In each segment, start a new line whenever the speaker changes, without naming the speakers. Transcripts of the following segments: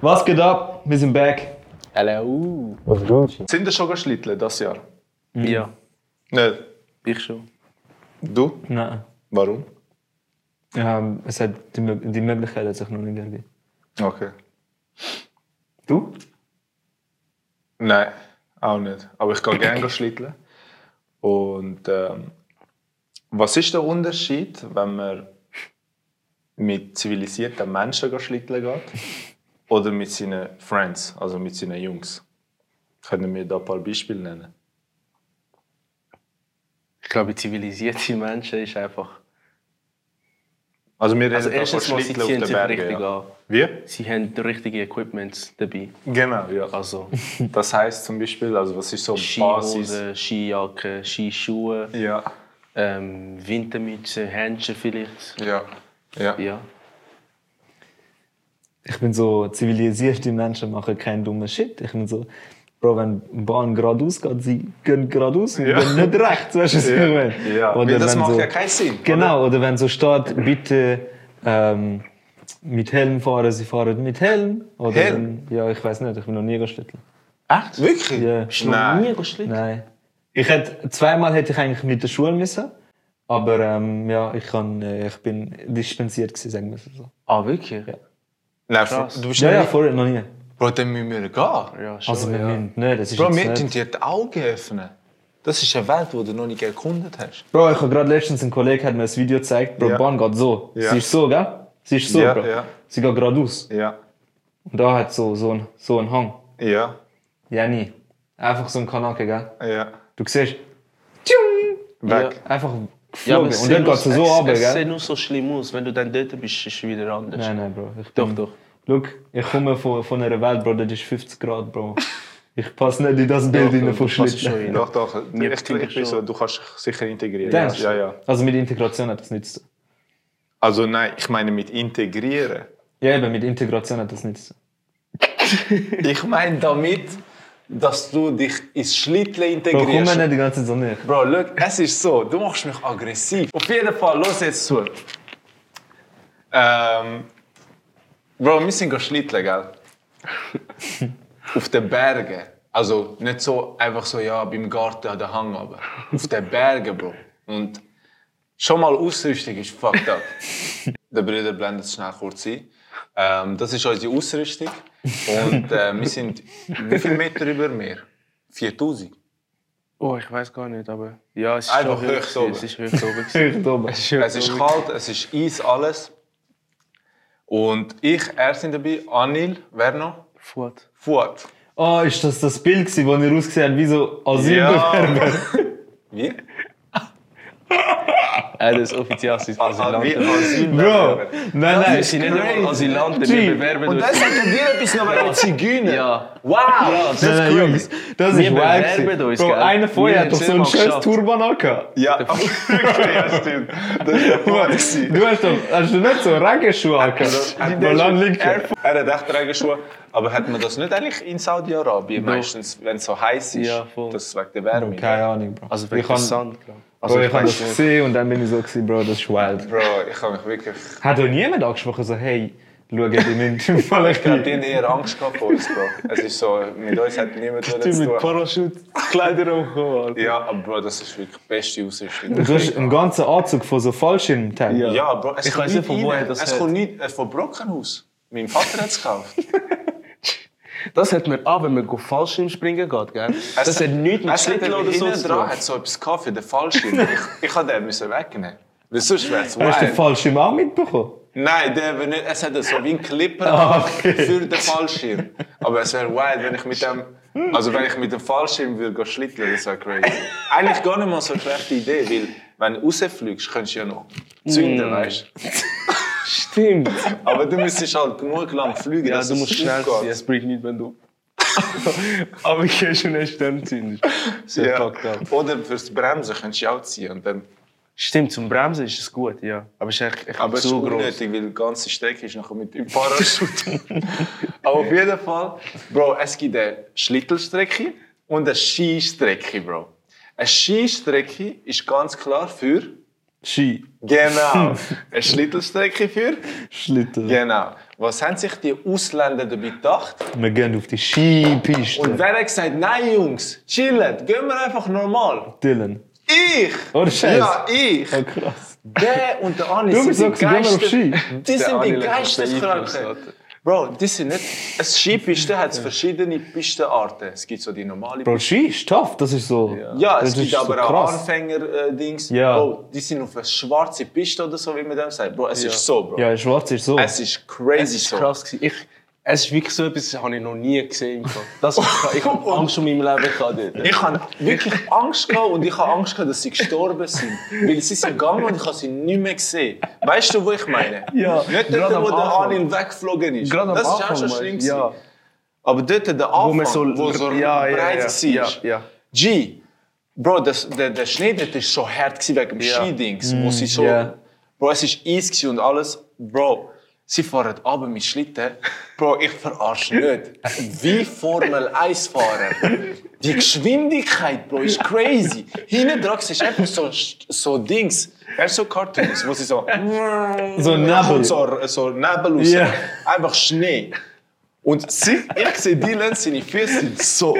Was geht ab? Wir sind back.
Hello.
Was Gucci?
Sind ihr schon geschlittelt das Jahr?
Ja,
Nein.
ich schon.
Du?
Nein.
Warum?
Ja, es hat die, Mö- die Möglichkeit hat sich noch nicht ergeben.
Okay.
Du?
Nein, auch nicht. Aber ich gehe gerne schlitteln. Und ähm, was ist der Unterschied, wenn man mit zivilisierten Menschen schlitteln geht oder mit seinen Friends, also mit seinen Jungs? Können wir da ein paar Beispiele nennen?
Ich glaube, zivilisierte Menschen ist einfach.
Also, wir
Also,
reden da von
erstens mal, sie
Schlitteln
ziehen
auf
sich
den
richtig
Bergen. Ja.
an.
Wie?
Sie haben die richtigen Equipments dabei.
Genau, ja.
Also
Das heißt zum Beispiel, also was ist so Basis?
Skihose, Skijacke, Skischuhe,
Ja,
ähm, Wintermütze, Händchen vielleicht.
ja, ja.
Ja.
Ich bin so, zivilisierte Menschen machen keinen dummen Shit. Ich bin so, Bro, wenn die Bahn geradeaus geht, sie gehen geradeaus und
Ja.
gehen nicht rechts, weißt du, was ich
Ja,
meine?
ja.
Oder
Weil das
wenn
macht
so-
ja keinen Sinn.
Genau, oder wenn so steht, bitte ähm, mit Helm fahren, sie fahren mit Helm. Oder
Helm?
wenn- ja, ich weiß nicht, ich bin noch nie geschlittelt.
Echt? Wirklich?
Ja.
Bist du noch
Nein.
nie geschlitten?
Nein. Ich hätte, zweimal hätte ich eigentlich mit der Schule müssen. Aber ähm, ja, ich, kann, äh, ich bin dispensiert, gewesen, sagen wir es so.
Ah, wirklich? Ja,
Nein,
Krass.
du bist
Ja, ja,
nicht-
vorher noch nie.
Bro, dann müssen wir gehen.
schon.
Also, wir
ja.
müssen nicht. Das ist
Bro, wir
jetzt
tun
nicht.
dir die Augen öffnen. Das ist eine Welt, die du noch nicht erkundet hast.
Bro, ich habe gerade letztens einen Kollegen hat mir ein Video gezeigt. Bro,
Ja.
Bahn geht so.
Ja.
Sie ist so, gell? Sie ist so,
Ja,
Bro.
ja.
Sie geht geradeaus.
Ja,
Und da hat so, so, ein, so einen Hang.
ja,
Ja, nie. Einfach so ein Kanake, gell?
ja.
Du siehst,
Weg.
einfach geflogen.
Ja, aber es
und
sieht
dann
nur-
geht sie so
es-
runter,
Es sieht
gell?
nur so schlimm aus. Wenn du dann dort bist, ist es wieder anders.
Nein, nein, Bro. Ich
Doch,
bin-
doch.
Schau, ich komme von, von einer Welt, Bro, das ist 50 Grad, Bro. Ich passe nicht in das Bild rein von
äh, passt schon
Schlitten.
rein.
Doch, doch. Ich,
finde
ich bin
schon.
so, du kannst dich sicher integrieren.
Denkst du?
Ja, ja.
Also mit Integration hat das nichts zu tun.
Also nein, ich meine mit integrieren.
Ja, eben, mit Integration hat das nichts zu tun.
ich meine damit, dass du dich ins
Bro,
Schlittle
komm
integrierst.
mir nicht die ganze Zeit so nicht.
Bro, look, es ist so, du machst mich aggressiv. Auf jeden Fall, los jetzt zu. Ähm, Bro, wir sind schlitteln, gell? Auf den Bergen. Also nicht so einfach so, ja, beim Garten an den Hang, aber auf den Bergen, Bro. Und schon mal Ausrüstung ist fucked up. Der Bruder blendet es schnell kurz ein. Ähm, das ist unsere Ausrüstung. Und äh, wir sind wie viele Meter über Meer? 4000.
Oh, ich weiß gar nicht, aber. Ja, es ist
Einfach
schon
höchst
gewesen.
oben.
Es ist höchst oben. gewesen.
Echt, oben.
Es ist kalt, es ist Eis, alles. Und ich, er sind dabei, Anil, wer noch?
Fuad.
Fuad.
Oh, ist das das Bild gewesen, wo ihr ausgesehen habt, wie so Asylbewerber?
Ja. Wie?
Äh, das ist offiziell Asyl-
Ah, wie
Asylanten.
Bro,
Asylbewerber.
nein, nein.
Wir sind nicht einmal Asylanten,
Gee.
wir bewerben
Und
uns.
dann sagt er dir etwas noch wegen Zigeuner.
Ja.
Wow!
Nein, nein,
cool.
Jungs, das
Wir
ist wild.
bewerben
gewesen.
uns,
Bro,
gell?
einer
Wir
vorher hat
haben
doch
es
so einen
nicht mal
schönes
geschafft.
Turban angehabt.
Ja, ja, stimmt. Das ist der Fuad. gewesen.
Du hast doch hast du nicht so Regenschuhe angehabt?
Also,
Wo lang liegt
er,
er?
er hat echt Regenschuhe. Aber hat man das nicht eigentlich in Saudi-Arabien? Meistens, wenn es so heiß ist.
Ja, voll.
das ist wegen der Wärme.
Keine Ahnung, Bro.
Also
ich
wegen
hab,
des Sand, glaube
Bro, ich hab
Also weiß
das
nicht.
gesehen und dann bin ich so gewesen, Bro, das ist wild.
Bro, ich habe mich wirklich...
Hat doch niemand angesprochen, so, hey, schau, die müssen mal
Ich glaube, die haben eher Angst gehabt vor uns, Bro. Es ist so, mit uns hat niemand wollen zu tun.
Parachutkleider umgehauen.
Ja, aber Bro, das ist wirklich die beste Ausrüstung.
Du hast einen ganzen Anzug von so Fallschirm ja.
Ja, Bro, es
Ich
kommt
weiss nicht, von wo
rein.
er das
Es
hat.
kommt nicht äh, von Brockenhaus. Mein Vater hat es gekauft.
Das hat man an, wenn man Fallschirm springen geht, gell? Das hat nichts mit Schlitten oder so
zu
zu
dran
tun.
hat so etwas gehabt für den Fallschirm. ich ich habe den müssen wegnehmen. Weil sonst wäre es
Hast du den
wild.
Fallschirm auch mitbekommen?
Nein, der wäre nicht. Es hat so wie einen Clipper
Ah, okay.
für den Fallschirm. Aber es wäre wild, wenn ich mit dem. Also wenn ich mit dem Fallschirm würde gehen schlitteln, das wäre crazy. Eigentlich gar nicht mal so eine schlechte Idee, weil wenn du rausfliegst, kannst du ja noch zünden,
Mm.
weißt du?
Stimmt.
Aber du müsstest halt genug lang fliegen,
Ja,
dass
du
es
musst schnell
aufgeht.
sein, es bringt nichts, wenn du... Aber ich gehe schon erst dann ziehen.
Ja.
fucked up.
Oder fürs Bremsen kannst du ja auch ziehen. Und dann,
Stimmt, zum Bremsen ist es gut, ja. Aber es ist echt, echt
aber es
so
ist
groß.
unnötig, weil die ganze Strecke ist nachher mit dem Parachute. aber auf jeden Fall, Bro, es gibt eine Schlittelstrecke und eine Skistrecke, Bro. Eine Skistrecke ist ganz klar für...
Ski,
Genau. eine Schlittelstrecke für...
Schlitten.
Genau. Was haben sich die Ausländer dabei gedacht?
Wir gehen auf die Skipiste.
Und wer hat gesagt, nein Jungs, chillen, gehen wir einfach normal.
Dylan.
Ich!
Ohne Scheiß.
Ja, ich!
Oh, krass.
Der und der Anis
Du bist so
sind die
gewesen, gehen wir auf Ski.
Geister- Die
Der
sind die
Ani lässt
Geisteskranken.
uns beeinflussen.
Bro, die sind nicht... Eine Skipiste hat verschiedene Pistenarten. Es gibt so die normale
Bro, Ski ist tough, das ist so.
Ja, es
das
gibt
ist
aber
so
auch
krass.
Anfänger-Dings.
Ja.
Bro, die sind auf einer schwarzen Piste oder so, wie man dem sagt. Bro, es ist so, Bro.
Ja, schwarz ist so.
Es ist crazy
Es ist
so.
krass. gewesen. Ich, es ist wirklich so etwas, das habe ich noch nie gesehen. im Fall. Das, ich habe Angst um mein Leben gehabt. dort.
Ich habe wirklich Angst gehabt und ich habe Angst gehabt, dass sie gestorben sind. Weil sie sind gegangen und ich habe sie nicht mehr gesehen. Weißt du, wo ich meine?
Ja,
Nicht
gerade
dort,
am
wo der
Anfang.
Anil weggeflogen ist.
Gerade am
das ist auch
Anfang,
schon
Mann.
schlimm.
Ja.
gewesen. Aber dort, der Anfang,
Wo man so,
wo so
ja, ja,
breit
ja,
war.
ja, ja.
G, Bro, das, der, der Schnee dort war so hart gewesen wegen dem
Ja. Mm,
Skidings. Wo sie so,
ja.
Bro, es war eis gewesen und alles. Bro, sie fahren runter mit Schlitten. Bro, ich verarsche nicht. Wie Formel 1 fahren. Die Geschwindigkeit, Bro, ist crazy. Hinten dran siehst du einfach so, so Dings. Er so Cartoons, wo sie so...
so ein Nebel.
Und so, so Nebel raus.
Ja.
Einfach Schnee. Und sie, ich sehe Dylan, seine Füße sind so,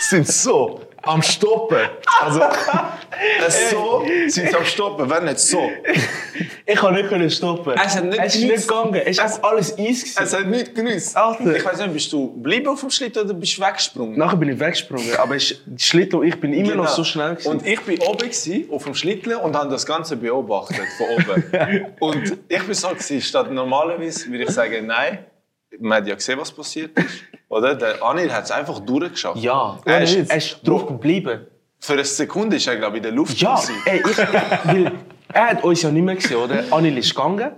sind so am Stoppen. Also, das so sind sie am Stoppen, wenn nicht so.
Ich kann nicht können stoppen.
Es hat nicht
es ist
genützt.
nicht gegangen. Es ist einfach alles Eis. gewesen.
Es hat nicht genützt.
Alter.
Ich weiß nicht, bist du geblieben auf dem Schlitten oder bist du weggesprungen?
Nachher bin ich weggesprungen. Aber es ist- die Schlittel, ich bin immer
Genau.
noch so schnell. Gewesen.
Und ich bin oben gsi, auf dem Schlittle und habe das Ganze beobachtet von oben. und ich bin so gsi, statt normalerweise würde ich sagen, nein, man hat ja gesehen, was passiert ist. Oder? Der Anil hat es einfach durchgeschafft.
ja,
Er
er
ist-
ist, er ist drauf geblieben.
Für eine Sekunde ist er, glaube ich, in der Luft.
Ja,
gewesen.
ey, ich, weil er hat uns ja nicht mehr gesehen, oder? Anil ist gegangen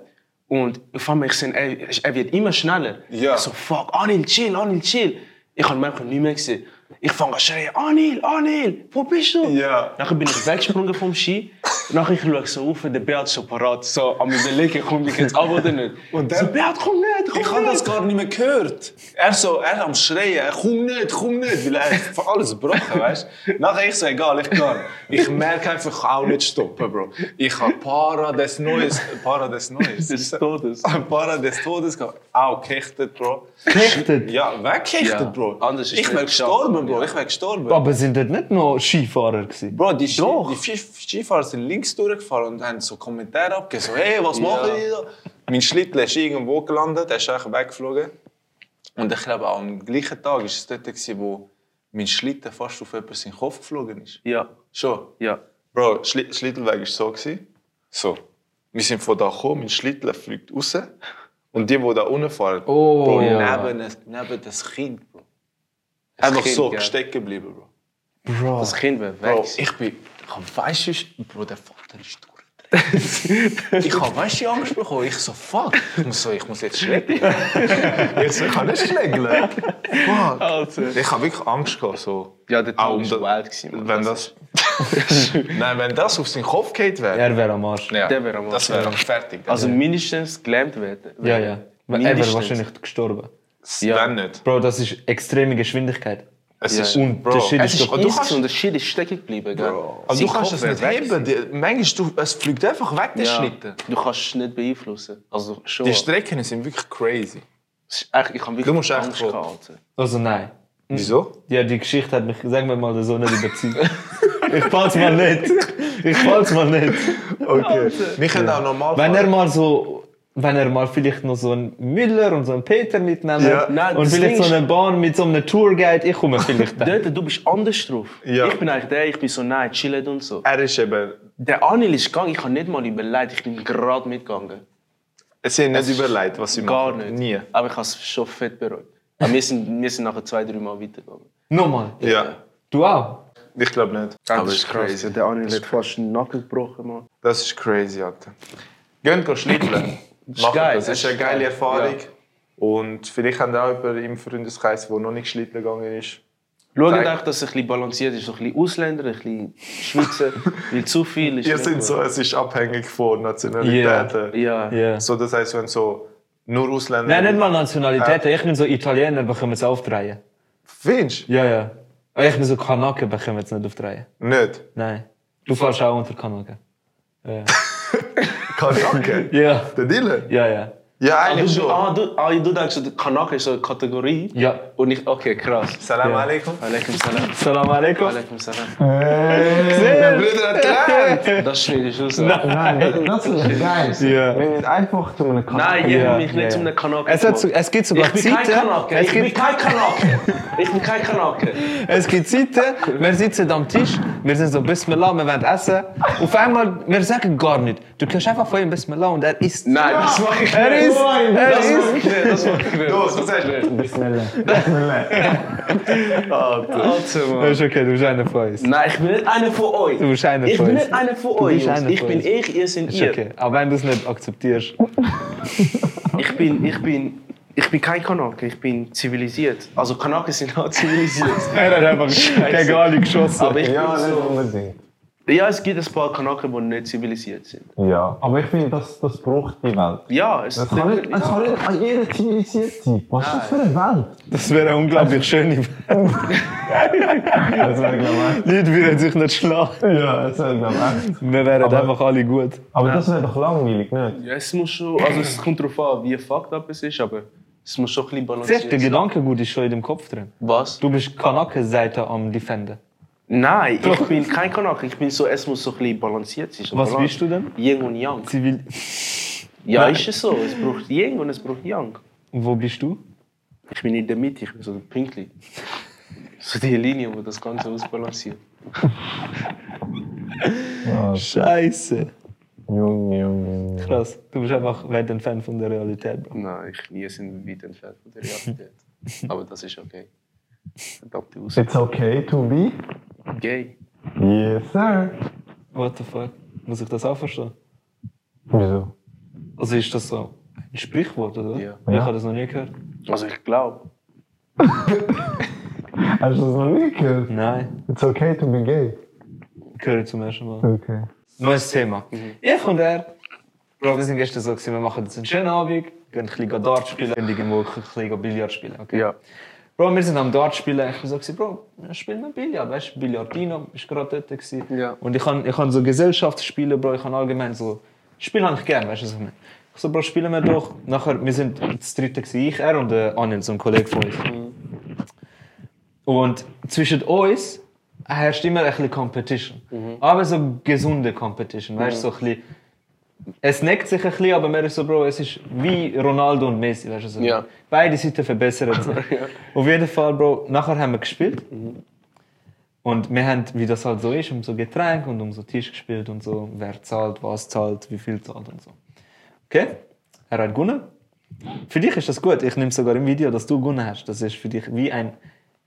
und auf einmal ich sehe, er, er wird immer schneller.
Ja.
Ich so, fuck, Anil, chill, Anil, chill. Ich habe Merkel nicht mehr gesehen. Ich fange an zu schreien, Anil, Anil, wo bist du?
Ja.
Nachher bin ich weggesprungen vom Ski. Nachher ich schaue so auf, der Beat ist schon parat. So am überlegen, komm ich jetzt ab oder nicht. Und
dann-
so, Beat, komm nicht, komm
Ich habe das
nicht.
gar nicht mehr gehört. Er so, er am Schreien, er komm nicht, komm nicht, weil er hat alles gebrochen, weißt du? Nachher ich so, egal, ich gehe. Ich merke einfach, ich kann auch nicht stoppen, Bro. Ich habe Para des Neues, Para des Neues.
Des Todes.
Para des Todes gehabt. Auch gekechtet, Bro.
Gekechtet?
Ja, weggekechtet,
Ja,
Bro.
anders ist
ich
nicht
wäre gestorben,
gestorben,
Bro.
ja.
Ich wäre gestorben.
Aber sind dort nicht noch Skifahrer gewesen?
Bro, die, Ski,
Doch.
die Ski- Skifahrer sind links durchgefahren und haben so Kommentare abgegeben, so, hey, was machen die da? Mein Schlitten ist irgendwo gelandet, der ist eigentlich weggeflogen. Und ich glaube, auch am gleichen Tag war es dort, gewesen, wo mein Schlitten fast auf jemanden seinen Kopf geflogen ist.
Ja,
Schon.
ja.
Bro, Schli Schlittelweg war so. Gewesen. So. Wir sind von da gekommen, mein Schlitten fliegt raus. Und die, die da unten fahren,
Oh,
Bro,
ja.
neben, es- neben das Kind, Bro. Einfach
Kind,
so
gell?
stecken geblieben, Bro.
Bro.
Das Kind wäre weg.
Bro, ich bin. Ich weiss, ich, dus- Bro, der Vater ist durchgedreht. ich habe weißt du, Angst bekommen. Ich so, fuck. Ich muss, so, ich muss jetzt schlägeln. ich so, ich kann nicht schlägeln. Fuck. Ich habe wirklich Angst gehabt. So.
Ja, der
Auch
Tag
um
ist
Oh. da-
wild gewesen, Mann.
Wenn das. Nein, wenn das auf seinen Kopf geht wäre.
Er wäre am Arsch.
Ja,
Der wäre am
Das
Arsch.
wäre fertig.
Also mindestens gelähmt werden.
Ja, ja. Er wäre
Mindestens.
wahrscheinlich gestorben.
ja.
ja.
wenn nicht.
Bro, das ist extreme Geschwindigkeit.
Es
Ja.
ist.
Und
Bro,
der Shit
Es
ist
ist
doch...
Und du kannst-
easy und der Shit ist stecken geblieben. Gell?
aber Also du
Sein
kannst
Kopf
es nicht
wäre weg
heben. Die, manchmal du, es fliegt einfach weg, der
gewesen.
Schlitten.
Du kannst es nicht beeinflussen. Also schon.
Die Strecken sind wirklich crazy.
Es ist echt, ich habe wirklich
Du musst echt
Angst
vor-
gehabt. Alter.
Also nein.
Hm. Wieso?
Ja, die Geschichte hat mich, sagen wir mal, so nicht überzeugt. ich fall's mal nicht. Ich fall's mal nicht.
Okay. Wir können auch normal
Wenn er
fahren.
mal so, wenn er mal vielleicht noch so einen Müller und so einen Peter mitnehmen
Ja.
Nein,
und
das
vielleicht
Ding
so eine Bahn mit so einem Tourguide, ich komme vielleicht dann.
Dort, du bist anders drauf.
Ja.
Ich bin eigentlich der, ich bin so nein, chillen und so.
Er ist eben
Der Anil ist gegangen, ich habe nicht mal überlegt, ich bin gerade mitgegangen.
Es sind nicht überlegt, was sie
Gar
machen.
nicht.
Nie.
Aber ich habe es schon fett bereut. Aber wir sind, wir sind nachher zwei, drei Mal weitergegangen.
Nochmal.
Ja.
Du auch?
Ich glaube nicht. Aber es ist crazy.
Der Anil hat fast einen Nacken gebrochen, Mann.
Das ist crazy, Alter. Gehen go schlitteln. Macht
geil,
Das
das
ist eine
ist
geile
geil.
Erfahrung. Und vielleicht haben auch jemanden im Freundeskreis, der noch nicht schlitteln gegangen ist.
Schaut
Zeig.
euch, dass es ein bisschen balanciert ist. So ein bisschen Ausländer, ein bisschen Schweizer. weil zu viel ist.
Ihr
nicht
sind
gut.
so, es ist abhängig von Nationalitäten.
Ja.
Ja.
So, das heisst, wenn so nur Ausländer.
Nein, nicht mal Nationalitäten. Ich bin so Italiener, bekommen es aufdrehen.
Findest
Ja, ja. Aber Ich bin so Kanaken, bekommen es nicht aufdrehen.
du? Nicht.
Nein. Du fährst auch unter Kanaken.
Kanaken.
Ja.
Der Dylan?
Ja, ja.
Ja,
Ah, du,
eigentlich schon.
ah, du, ah, du denkst, der Kanake ist so eine Kategorie?
Ja.
Und ich, okay, krass.
Salam
Ja.
alaikum.
Alaikum salam.
Salam alaikum.
Alaikum salam.
Der Äh, Bruder hat gelernt.
Das schneide ich raus. Nein,
Nein, das ist geil.
Ja.
Wenn wir einfach zu einem Kanal.
Nein ich
Ja,
habe mich nicht
ja,
zu
ja.
einem Kanake
Es, hat, so- es gibt sogar
Ich bin kein
Zeiten.
Kanake.
Es
Ich bin
gibt,
kein Kanake. Ich bin kein Kanake.
es gibt Zeiten, wir sitzen am Tisch, wir sind so Bismillah, wir wollen essen. Auf einmal, wir sagen gar nicht. Du kannst einfach vorhin Bismillah und er isst.
Nein, das mache ich
Er
nicht.
isst! Er
Das
isst!
mache ich nicht. Das mache ich nicht.
Du, was sagst du?
Bismillah.
Alter, Mann.
Das ist okay, du bist einer von uns.
Nein, ich bin nicht einer von euch.
Du bist einer
ich
von
bin
uns.
nicht einer von
Du
euch.
bist
Jungs.
einer
ich
von
bin
uns.
ich, ihr sind
Ist
ihr.
okay. Aber wenn du es nicht akzeptierst.
Ich bin, ich bin, ich bin kein Kanake, ich bin zivilisiert. Also Kanake sind auch zivilisiert.
Er hat einfach gegen alle geschossen.
Aber ich
Ja,
bin
nicht
so.
unbedingt.
Ja, es gibt ein paar Kanake, die nicht zivilisiert sind.
Ja, aber ich finde, das, das braucht die Welt.
Ja, es
Es kann nicht, es kann nicht an jeder zivilisiert sein. Was ist das für eine Welt?
Das wäre eine unglaublich schöne Welt.
Das wäre, glaube
Leute würden sich nicht schlagen.
ich, ja, das wäre, glaube ich, echt.
Wir wären
Aber-
einfach alle gut.
Aber das wäre doch langweilig, nicht?
Ja, es muss schon, also es kommt darauf an, wie fucked up es ist, aber es muss schon
Siehst du,
ein bisschen balanciert
der
sein.
Gedankengut ist schon in deinem Kopf drin.
Was?
Du bist Kanake-Seite am Defenden.
Nein, ich bin kein Kanake, ich bin so, es muss so ein bisschen balanciert sein.
Was bist du denn?
Yin und Yang.
Zivil.
Ja,
Nein.
ist es so, es braucht Yin und es braucht Yang.
Und Wo bist du?
Ich bin in der Mitte, ich bin so ein Pinkli. So die Linie, die das Ganze ausbalanciert.
Scheiße.
Junge, Junge, Junge.
Krass. Du bist einfach weit entfernt von der Realität, Bro.
Nein, ich, wir sind weit entfernt von der Realität. Aber das ist okay. Verdammte Aus.
It's okay to be?
Gay.
Yes, sir.
What the fuck? Muss ich das auch verstehen?
Wieso?
Also ist das so ein Sprichwort, oder?
Ja.
Ich
Ja.
habe das noch nie gehört.
Also ich glaube.
Hast du das noch nie gehört?
Nein.
It's okay to be gay.
Ich höre zum ersten Mal.
Okay.
Neues Thema. Ich und er, Bro, wir sind gestern so, gewesen, wir machen jetzt einen schönen Abend, gehen ein bisschen Dart spielen, gehen irgendwo ein bisschen Billard spielen. Okay?
Ja.
Bro, wir sind am Dart spielen. Ich bin so, gewesen, Bro, spielen wir Billard. Weißt du, Billardino war gerade dort. Gewesen.
Ja.
Und ich habe ich hab so Gesellschaftsspiele, Bro, ich habe allgemein so. Spiele habe ich gerne, weißt du, was ich meine? Ich so, Bro, spielen wir doch. Nachher, wir sind das dritte, gewesen, ich, er und äh, Anil, so ein Kollege von uns. Und zwischen uns herrscht immer Ah, ein bisschen Competition. Aber so gesunde Competition, weißt du, so ein bisschen. Es neckt sich ein bisschen, aber mehr ist so, Bro, es ist wie Ronaldo und Messi, weißt du so.
Ja.
Beide Seiten verbessern sich. Auf jeden Fall, Bro, nachher haben wir gespielt. Und wir haben, wie das halt so ist, um so Getränke und um so Tisch gespielt und so, wer zahlt, was zahlt, wie viel zahlt und so. Okay? Er hat gewonnen. Für dich ist das gut. Ich nehme sogar im Video, dass du gewonnen hast. Das ist für dich wie ein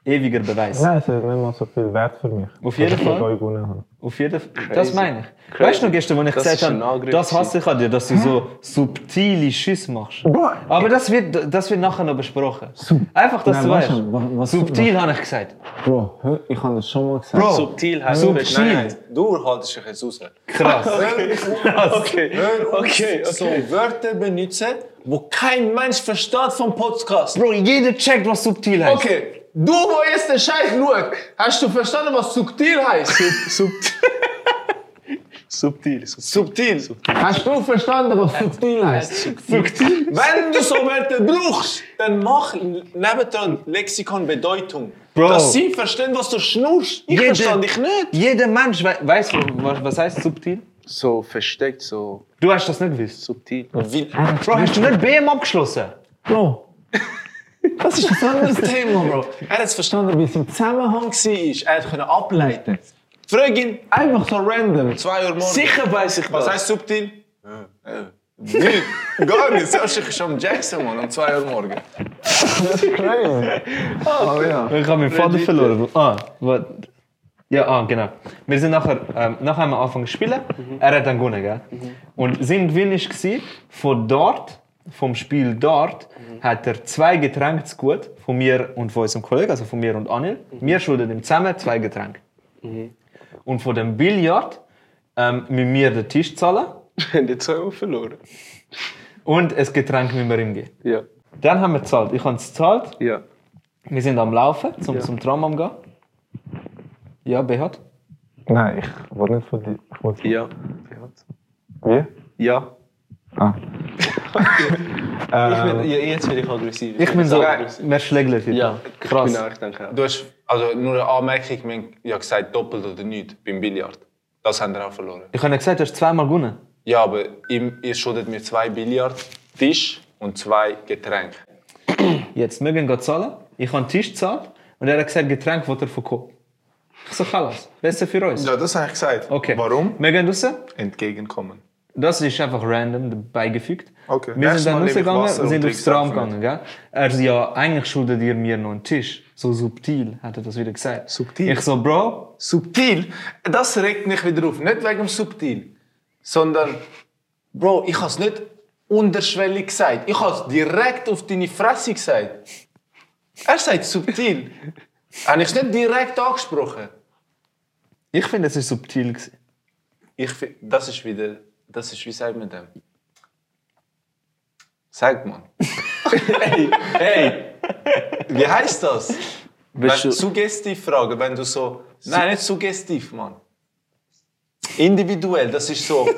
ewiger Beweis.
Nein, es hat nicht mal so viel Wert für mich.
Auf jeden
dass
Fall.
Ich euch gewonnen habe.
Auf jeden Fall. Das meine ich.
Crazy.
Weißt du noch gestern, als ich
Das
gesagt
ist ein
habe,
Angriff
das hasse ich an dir, dass du so subtile Schiss machst. Aber das wird, das wird nachher noch besprochen. Einfach, dass
Nein,
du
weißt
weißt.
du, wa- was-
Subtil habe ich gesagt.
Bro, hör, ich habe das schon mal gesagt.
Bro.
Subtil heißt
Subtil.
es.
Nein.
Du haltest dich jetzt raus.
Krass.
Okay.
Hör auf,
Okay,
so Wörter benutzen, wo kein Mensch versteht vom Podcast.
Bro, jeder checkt, was subtil heißt.
Okay, du, wo jetzt der Scheiß schaut, hast du verstanden, was subtil heißt?
Subtil. subtil.
Subtil.
Hast du verstanden, was subtil heißt?
Wenn du so Wörter brauchst, dann mach nebendran Lexikon Bedeutung.
Bro.
Dass sie verstehen, was du schnurst. Ich
Jeder-
verstand dich nicht.
Jeder Mensch we weiß, was, was heißt subtil.
So versteckt, so
Du hast das nicht gewusst.
subtil.
Wie,
Bro, hast du nicht BM abgeschlossen?
Bro. Das ist ein anderes Thema, Bro.
er hat es verstanden,
Verstanden, wie es im Zusammenhang
was war. Er hat können ableiten. Frag ihn,
Einfach so random.
2 Uhr morgens.
Sicher weiß ich
Was
das.
heißt subtil? Nicht. Gar nicht. So ist schon am Jackson, Mann, um 2 Uhr morgens.
Das ist crazy. Oh ja.
Ich habe meinen Vater verloren. Ah, was? Ja, ah, genau. Wir sind nachher, ähm, nachher haben wir angefangen zu spielen. Er hat dann gewonnen, gell? Und sein Gewinn war, von dort, vom Spiel dort, hat er zwei Getränke zu gut, von mir und von unserem Kollegen, also von mir und Anil. Wir schulden ihm zusammen zwei Getränke. Und von dem Billard ähm, müssen wir den Tisch zahlen
Wir haben die zwei Uhr verloren.
und ein Getränk müssen wir ihm geben.
Ja.
Dann haben wir gezahlt. Ich habe es gezahlt.
Ja.
Wir sind am Laufen, zum, zum Tram am gehen. Ja, Behat.
Nein, ich wollte nicht von dir. Ich wollte
Ja.
Wie?
Ja.
Ah.
bin, ja, jetzt bin Äh, ich halt aggressiv.
Ich bin so,
aggressiv.
mehr Schlägler. Typ.
Ja,
krass.
Ich bin auch, ich denke auch.
Du hast, also nur eine Anmerkung, wir haben ja gesagt, doppelt oder nicht beim Billard. Das haben wir auch verloren.
Ich habe ja gesagt, du hast zweimal gewonnen.
Ja, aber ihr, ihr schuldet mir zwei Billardtisch und zwei Getränke.
Jetzt, wir gehen zahlen. Ich habe den Tisch gezahlt und er hat gesagt, Getränk will er verkaufen. Ich so, alles. Besser für uns.
Ja, das habe ich gesagt.
Okay. Wir gehen raus.
Entgegenkommen.
Das ist einfach random beigefügt.
Okay.
Wir
Nächstes
sind dann
Mal nehme ich
rausgegangen
Wasser
und sind
und
aufs
trink
Tram
Sachen
gegangen. Gell? Er so, ja, eigentlich schuldet ihr mir noch einen Tisch. So subtil hat er das wieder gesagt.
Subtil?
Ich so, Bro,
Subtil? Das regt mich wieder auf. Nicht wegen dem Subtil, sondern, Bro, ich habe es nicht unterschwellig gesagt. Ich habe es direkt auf deine Fresse gesagt. Er sagt subtil. Habe ich es nicht direkt angesprochen?
ich finde, es ist subtil. gewesen.
Ich fi- das ist wieder, das ist, wie sagt man dem? Sagt man. hey, hey, wie heißt das?
Willst
Wenn,
du-
suggestiv fragen, wenn du so, nein, nicht suggestiv, Mann. Individuell, das ist so.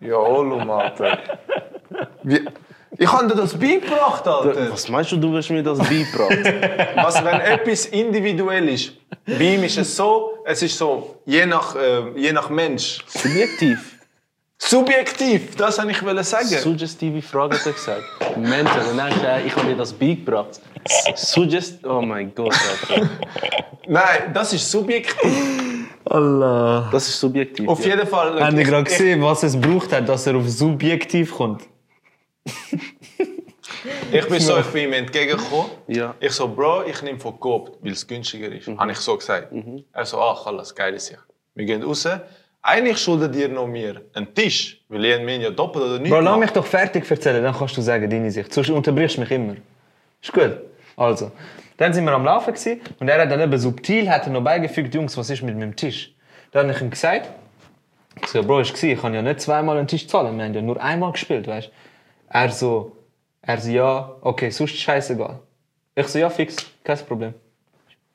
ja, hallo, Alter. Wie, ich habe dir das beigebracht, Alter.
Was meinst du, du wirst mir das beibraten?
Was, wenn etwas individuell ist? Bei ihm ist es so, es ist so, je nach, äh, je nach Mensch.
Subjektiv.
Subjektiv, das wollte ich wollen sagen.
Suggestive Fragen hat er gesagt. Mentor, dann denkst du, hey, ich habe dir das beigebracht. Suggest... Oh mein Gott, Alter.
Nein, das ist subjektiv.
Allah.
Das ist subjektiv.
Auf jeden Fall.
Haben die
ich-
gerade
ich-
gesehen, was es braucht hat, dass er auf subjektiv kommt?
Ich bin so, ich bin ihm entgegengekommen.
Ja.
Ich so, Bro, ich nehme von Coop, weil es günstiger ist.
Mhm.
Habe ich so gesagt. Er so, ach, alles geil ist ja. Wir gehen raus. Eigentlich schuldet ihr noch mir einen Tisch, weil ihr mir ja doppelt oder nicht.
Bro, lass mich doch fertig erzählen, dann kannst du sagen, deine Sicht. Sonst unterbrichst du mich immer. Ist gut. Also, dann sind wir am Laufen gewesen, und er hat dann eben subtil hat er noch beigefügt, Jungs, was ist mit meinem Tisch? Dann habe ich ihm gesagt, ich so, Bro, ist gewesen, ich kann ja nicht zweimal einen Tisch zahlen, wir haben ja nur einmal gespielt, weißt du? Er so, er so, ja, okay, sonst scheißegal. Ich so, ja, fix, kein Problem.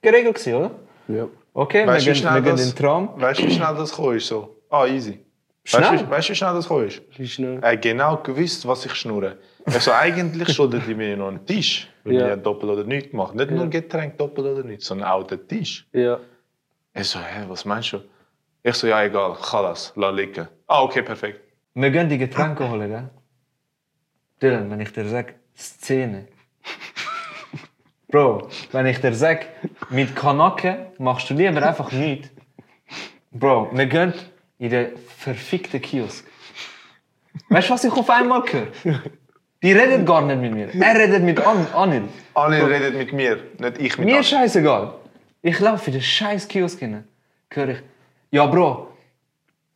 Geregelt gewesen, oder?
Ja.
Okay,
Weißt du,
wir
wie
gehen,
schnell
wir gehen
das-
in den Traum.
Weißt du, wie schnell das gekommen ist? So? Ah, easy.
Schnell?
Weißt du, weißt du, wie schnell das gekommen ist?
Wie schnell?
Er hat genau gewusst, was ich schnurre. Also eigentlich schuldet ihr mir noch einen Tisch, weil
Ja.
ja. ihr doppelt oder nichts gemacht Nicht nur Getränk doppelt oder nichts, sondern auch den Tisch.
Ja.
Ich so, hä, was meinst du? Ich so, ja, egal, Chalas, lass liegen. Ah, okay, perfekt.
Wir gehen die Getränke holen, gell? Dylan, wenn ich dir sag, Szene. Bro, wenn ich dir sag, mit Kanake machst du lieber einfach nichts. Bro, wir gehen in den verfickten Kiosk. Weißt du, was ich auf einmal höre? Die redet gar nicht mit mir. Er redet mit An Anil.
Anil redet mit mir, nicht ich mit
Mir
Anil.
scheißegal. Ich laufe in den scheiß Kiosk hinein. Höre ich, ja Bro,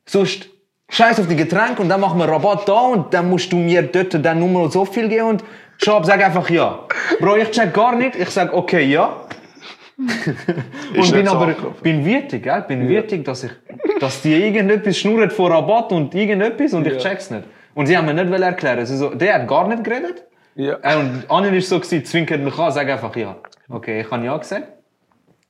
sonst scheiß auf die Getränke und dann machen wir Rabatt da und dann musst du mir dort dann nur noch so viel geben und Schab, sag einfach ja. Bro, ich check gar nicht, ich sag okay, ja. und
nicht
bin
so
aber
abgelaufen.
bin wütig, gell? bin wütig, dass, ich, dass die irgendetwas schnurrt von Rabatt und irgendetwas und ich check's nicht. Und sie haben mir nicht erklären. Sie so, der hat gar nicht geredet.
Ja.
Äh, Und Anil ist so, gewesen, zwinkert mich an, sag einfach ja. Okay, ich habe ja gesagt.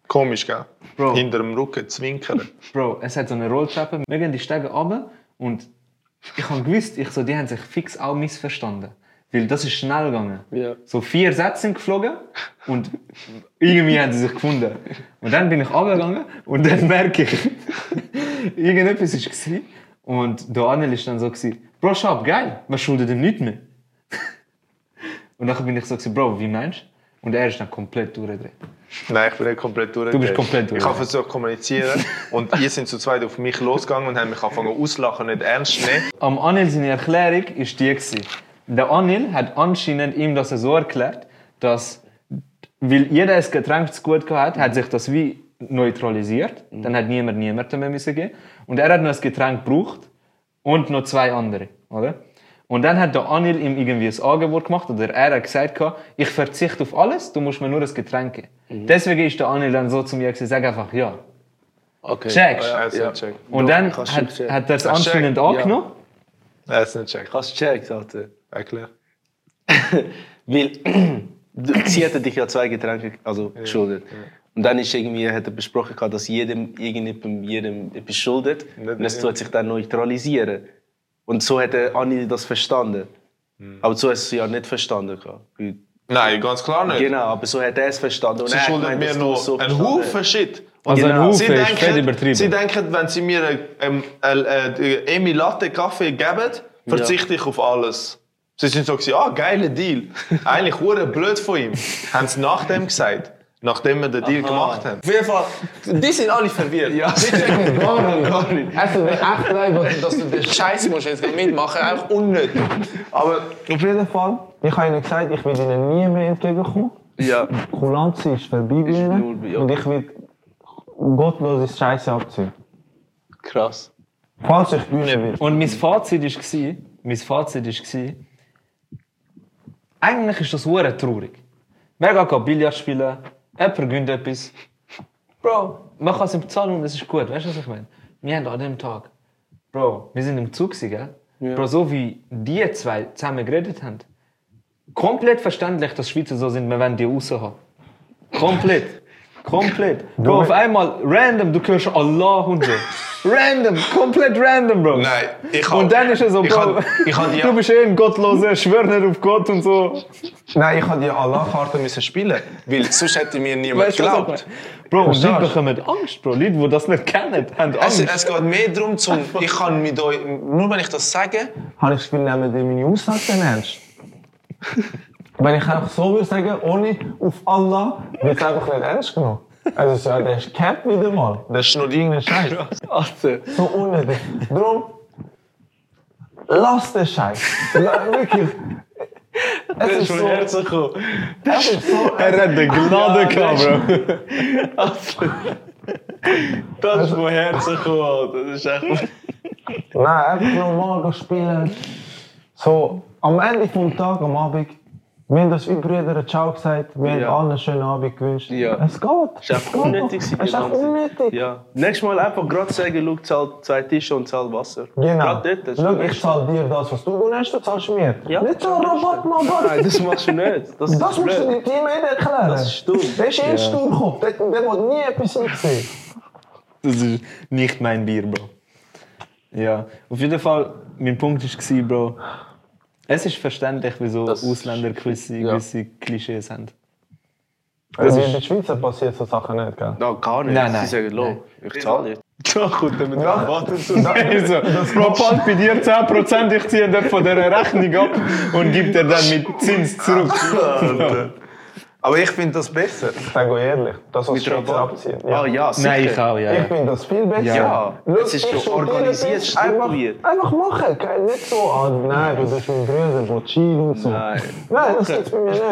Komisch, gell?
Bro.
Hinter dem Rücken zwinkern.
Bro, es hat so eine Rolltreppe. Wir gehen die Steige runter und ich habe gewusst, ich so, die haben sich fix auch missverstanden. Weil das ist schnell gegangen.
Ja.
So vier Sätze sind geflogen und irgendwie haben sie sich gefunden. Und dann bin ich runtergegangen und dann merke ich, irgendetwas war gewesen. Und der Anel ist dann so, gewesen, Bro, Schab, geil, man schuldet ihm nichts mehr. Und dann bin ich so, gewesen, Bro, wie meinst du? Und er ist dann komplett durchgedreht.
Nein, ich bin nicht komplett durch.
bist komplett durch.
Ich habe versucht zu kommunizieren und ihr sind zu zweit auf mich losgegangen und haben mich angefangen auszulachen, nicht ernst nehmen.
Am Anil seine Erklärung war die. Gewesen. Der Anil hat anscheinend ihm das so erklärt, dass, weil jeder das Getränk zu gut gehabt hat, hat sich das wie neutralisiert.
Mhm.
Dann hat niemand niemandem mehr müssen geben. Und er hat noch das Getränk gebraucht und noch zwei andere, oder? Und dann hat der Anil ihm irgendwie ein Angebot gemacht oder er hat gesagt, gehabt, ich verzichte auf alles, du musst mir nur das Getränk geben.
Mhm.
Deswegen ist der Anil dann so zu mir gesagt, sag einfach ja.
Okay.
Checkst?
Er hat's
Ja.
nicht gecheckt.
Und dann
Kannst
hat,
du checken.
hat er es
Kannst du
anscheinend
checken,
ja.
angenommen.
Er hat's nicht gecheckt.
Hast du gecheckt, Alter?
Erklär.
Weil du- sie hätte dich ja zwei Getränke also, geschuldet. Und dann ist irgendwie, hat er besprochen, gehabt, dass jedem irgendjemandem jedem etwas schuldet.
Nicht-
und das tut sich dann neutralisieren. Und so hätte Anni das verstanden. Aber so hat sie es ja nicht verstanden. gehabt.
Nein, ganz klar nicht.
Genau, aber so hat er es verstanden. Und
Sie
er hat
schuldet
gemeint,
mir
dass du
noch
es so
einen
verstanden
Haufen Shit. Und
Also
Genau.
ein
Sie
Haufen ist fett
denken,
übertrieben.
sie denken, wenn sie mir ähm, äh, äh, Emi Latte Kaffee geben, verzichte ich auf alles. Sie sind so gesagt, ah, geiler Deal. Eigentlich hure blöd von ihm. haben sie nach dem gesagt, nachdem wir den Deal gemacht haben.
Auf jeden Fall, die sind alle verwirrt. Ja. Die oh checken gar nicht. Gar nicht.
Also, wenn echt leid, was- dass du den
Scheiße, musst du jetzt nicht mitmachen, einfach unnötig.
Aber
Auf jeden Fall, ich habe ihnen gesagt, ich werde ihnen nie mehr entgegenkommen.
Ja.
Kulanze ist vorbei bei
null,
ihnen
ja.
und ich werde gottlose Scheiße abziehen.
Krass.
Falls ich bühne will.
Und mein Fazit war, mein Fazit war, eigentlich ist das hure traurig. Mega kann Billard spielen, jemand gönnt etwas. Bro, man kann es ihm bezahlen und es ist gut. Weißt du, was ich meine? Wir haben an dem Tag, Bro, wir sind im Zug, gewesen, gell? Bro, so wie die zwei zusammen geredet haben, komplett verständlich, dass Schweizer so sind, wir wollen die raus haben. Komplett. Komplett. Bro, auf einmal, random, du hörst Allah und so. Random, komplett random, Bro.
Nein, ich hab-
Und dann ist es so,
ich
Bro,
hab- ich hab die-
du bist eh ein Gottloser, schwör nicht auf Gott und so.
nein, ich habe die Allah-Karte müssen spielen, weil sonst hätte mir niemand
Weißt du, was ich
geglaubt.
meine? Bro, und Leute bekommen Angst, Bro. Leute, die das nicht kennen, haben
Es,
Angst.
es geht mehr darum, zum, ich kann mit euch, nur wenn ich das sage,
Habe ich das Gefühl, nehmen die meine Aussage dann ernst? Wenn ich einfach so würde sagen, ohne auf Allah, wird es einfach nicht ernst genommen. Also, so, der ist Cap wieder mal.
das ist nur irgendein Scheiß.
So unnötig. Drum, lass den Scheiß. La- Wirklich. Es ist so. Das ist so.
Er
Ah,
hat den Gnade gehabt, Bro.
Das ist von Herzen gekommen, Alter. Das ist echt...
Nein, einfach normal gehen spielen. So, am Ende vom Tag, am Abend, wir haben das Brüder Ciao gesagt, wir haben allen einen schönen Abend gewünscht.
Ja.
Es geht. Es
einfach
geht doch.
unnötig,
Es
sie
ist einfach
genannt.
unnötig.
Ja. Nächstes Mal einfach gerade sagen, schau, zahl zwei Tische und zahl Wasser.
Genau.
Gerade dort. das ist
Schau,
gut.
ich zahle dir das, was du gewonnen hast, du zahlst mir.
Ja.
Nicht so Rabatt, mal Rabatt.
Nein, das machst du nicht. Das,
Das
ist
musst du
blöd.
dem Team nicht erklären.
Das ist stur.
Der ist eh ein Sturkopf, der, der will nie etwas einsehen.
Das ist nicht mein Bier, Bro. Ja, auf jeden Fall, mein Punkt war, Bro, es ist verständlich, wieso
Das-
Ausländer gewisse, gewisse Klischees haben.
Das ist in der Schweiz passiert so Sachen nicht, gell?
No, gar nicht.
Nein, nein.
Sie sagen, lo,
Genau.
ich zahle dir.
Also, Bro, Pant bei dir 10%, ich ziehe dir von dieser Rechnung ab und gebe dir dann mit Zins
Ah,
zurück.
Aber ich finde das besser.
Ich sage euch ehrlich, das was Schweizer
Rabatt.
abziehen.
Ah ja, sicher.
Nein, ich auch, ja.
Ich finde das viel besser.
Ja,
Schau,
es ist
ich
so
studiere
organisiert,
das. einfach,
strukturiert.
einfach machen, gell? nicht so, ah, nein, du bist mein Bruder, wo chill und so. Nein,
Nein.
das gibt's bei mir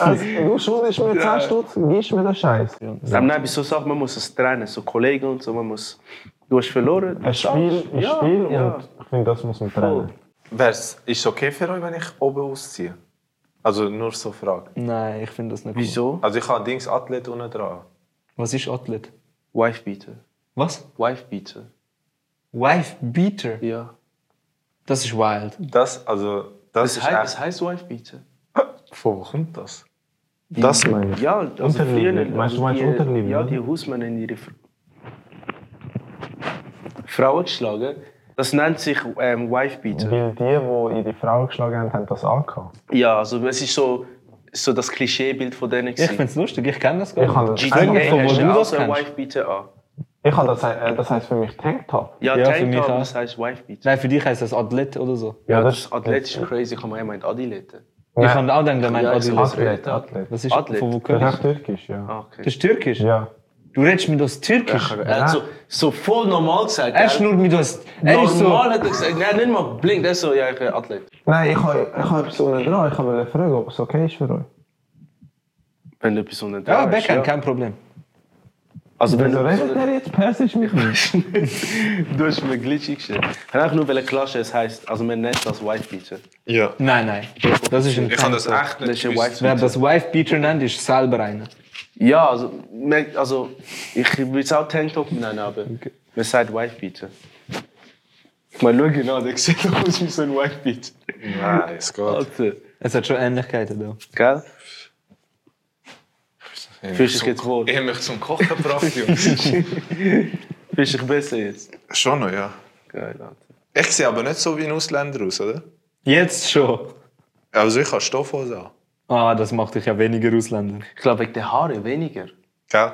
also, du schuldest mir 10 Stutz, gibst mir den Scheiß.
Aber nein, bei so Sachen, man muss es trennen. So Kollegen und so, man muss... Du hast verloren.
Ein Spiel ein
Ja,
Spiel
ja.
und ich finde, das muss man trennen.
Wär's, ist es okay für euch, wenn ich oben ausziehe? Also nur so Frage.
Nein, ich finde das nicht cool.
Wieso?
Also ich habe Dings Athlet unten dran.
Was ist Atlet?
Wifebeater.
Was?
Wifebeater.
Wife Beater?
Ja.
Das ist wild.
Das, also, das,
Es
ist
heißt, es
echt...
heißt Wifebeater.
Von wo kommt das? Das meine ich.
Ja, also
Unterliebe.
früher...
Meinst du, meinst
die-
Unterliebe,
Ja,
oder?
die Hausmänner in ihre Fr Frauen geschlagen. Das nennt sich ähm,
Mhm.
Wifebeater.
Weil die, die in die Frau geschlagen haben, haben das angehabt.
Ja, also es ist so, so das Klischeebild von denen.
Ich finde es lustig, ich kenne das gar
Ich
nicht.
habe das,
GTA
Sag mir, von wo
hast
du
du
das
auch ein
kennst.
Wifebeater an.
ich habe das, äh, das heisst für mich Tanktop.
Ja,
Ja,
Tanktop,
für mich auch.
das heißt Wifebeater.
Nein, für dich heißt das Atlet oder so.
Ja, dus eh,
Das ist athletisch crazy, kann man ja meinen Adilete.
Ich habe auch gedacht, er meint
Ja, ich
Atlet.
weiß.
Athlet, Athlet.
Das ist
Atlet.
von wo kommst
Das
du?
ist türkisch, ja.
Ah, okay.
Das ist türkisch?
Ja.
Du redest mit uns türkisch?
Er hat so, so voll normal gesagt.
Er
gell?
schnurrt mit uns. Er ist so...
Normal hat er gesagt. Nein, nicht mal blinkt, er ist so, ja, ich bin Athlet.
Nein, ich habe ich hab etwas unten dran. Ich wollte fragen, ob es okay ist für euch.
Wenn du etwas unter
Ja, Backhand, kein Problem.
Also, wenn
Wieso
du
redet der jetzt persisch mit mir?
Du hast mir glitschig geschrieben. Ich wollte einfach nur wollen klatschen, es heisst, also man nennt das Wifebeater.
Ja.
Nein, nein. Das ist ein
Ich habe das echt
Das ist
nicht
ein
gewusst.
Wer
Wifebeater.
das Wife Beater nennt, ist selber einer.
Ja, also, man- also ich will es auch Tanktop nennen, aber man sagt Wifebeater. Ich meine, schau genau, der sieht doch aus wie so ein Wifebeater.
Nein, es geht.
Alter.
Es hat schon Ähnlichkeiten da.
Gell? Fühlst du dich jetzt wohl?
Ich habe mich zum Kochen gebracht, Jungs.
Fühlst du dich besser jetzt?
Schon noch, ja.
Geil, Alter.
Ich sehe aber nicht so wie ein Ausländer aus, oder?
Jetzt schon.
Also ich habe Stoffhose an.
Ah, das macht dich ja weniger Ausländer.
Ich glaube, wegen der Haare weniger.
Gell?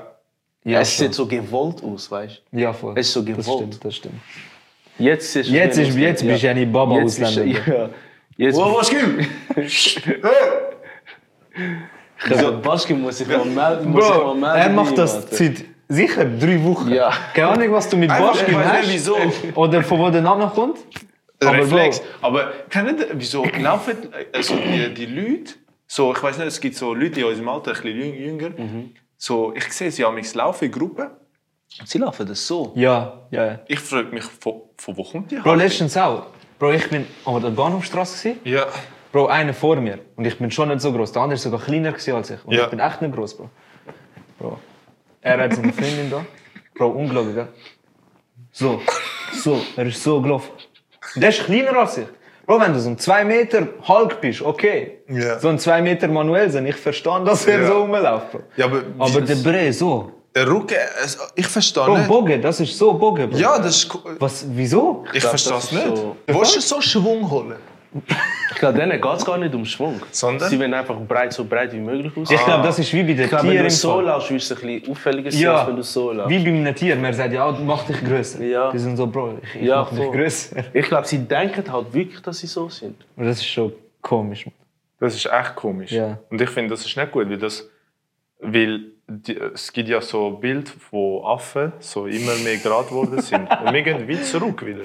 Ja,
es sieht so gewollt aus, weißt du?
ja voll.
es ist so
Das
gewollt.
stimmt, das stimmt.
Jetzt ist
Jetzt, ist, jetzt bist du ja nicht Baba
jetzt
Ausländer.
Ist, ja. Jetzt
Wo was gibt?
Ich glaube, Baschke muss sich mal melden. muss sich mal
Bro,
melden,
er macht das
Alter.
seit sicher drei Wochen.
Ja.
Keine Ahnung, was du mit Bosch
ich weiß
gemacht
nicht wieso.
hast oder von wo der Name kommt. Aber
Reflex.
Bro,
Aber kennt ihr, wieso laufen also eh, die, die Leute, so, ich weiß nicht, es gibt so Leute in unserem Alter, ein bisschen jüng- jünger,
Mhm.
so, ich sehe sie am laufen in Gruppen.
Sie laufen das so.
ja, ja. ja.
Ich frage mich, von, von wo kommt die
Bro, letztens auch. Bro, ich bin an der Bahnhofstraße. gewesen.
Ja.
Bro, einer vor mir. Und ich bin schon nicht so groß. Der andere ist sogar kleiner gewesen als ich. Und
Ja.
ich bin echt nicht groß, Bro. Bro. Er hat seine Freundin da. Bro, unglaublich, gell? So, so, er ist so gelaufen. Der ist kleiner als ich. Bro, wenn du so ein 2 Meter Hulk bist, okay.
Ja.
So ein 2 Meter Manuelsen, ich verstehe, dass er
Ja.
so rumläuft, Bro.
Ja, aber,
Aber der Bre, so.
der Rücken, also, ich verstehe
Ah, Bro,
nicht.
Bogen, das ist so Bogen, Bro.
Ja, das ist, ko-
Was, wieso?
ich
glaub,
verstehe
das
es
ist
nicht.
so-
Willst du so Schwung holen?
Ich glaube, denen geht es gar nicht um Schwung.
Sondern?
Sie wollen einfach breit, so breit wie Ah. möglich aussehen.
Ich glaube, das ist wie bei den
Ich glaube, wenn
Tieren.
du
im
so
Fall.
laufst, wirst du ein bisschen auffälliger sein, als
Ja,
wenn du so laufst.
wie bei einem Tier. Man sagt ja, oh, mach dich grösser.
Ja.
Die sind so, Bro, ich, ich
Ja,
mach dich
voll.
grösser.
Ich glaube, sie denken halt wirklich, dass sie so sind.
Und das ist schon komisch. Mann.
Das ist echt komisch.
Ja.
Und ich finde, das ist nicht gut, weil das. Weil die, es gibt ja so Bilder, wo Affen so immer mehr gerade geworden sind. Und wir gehen weit zurück wieder.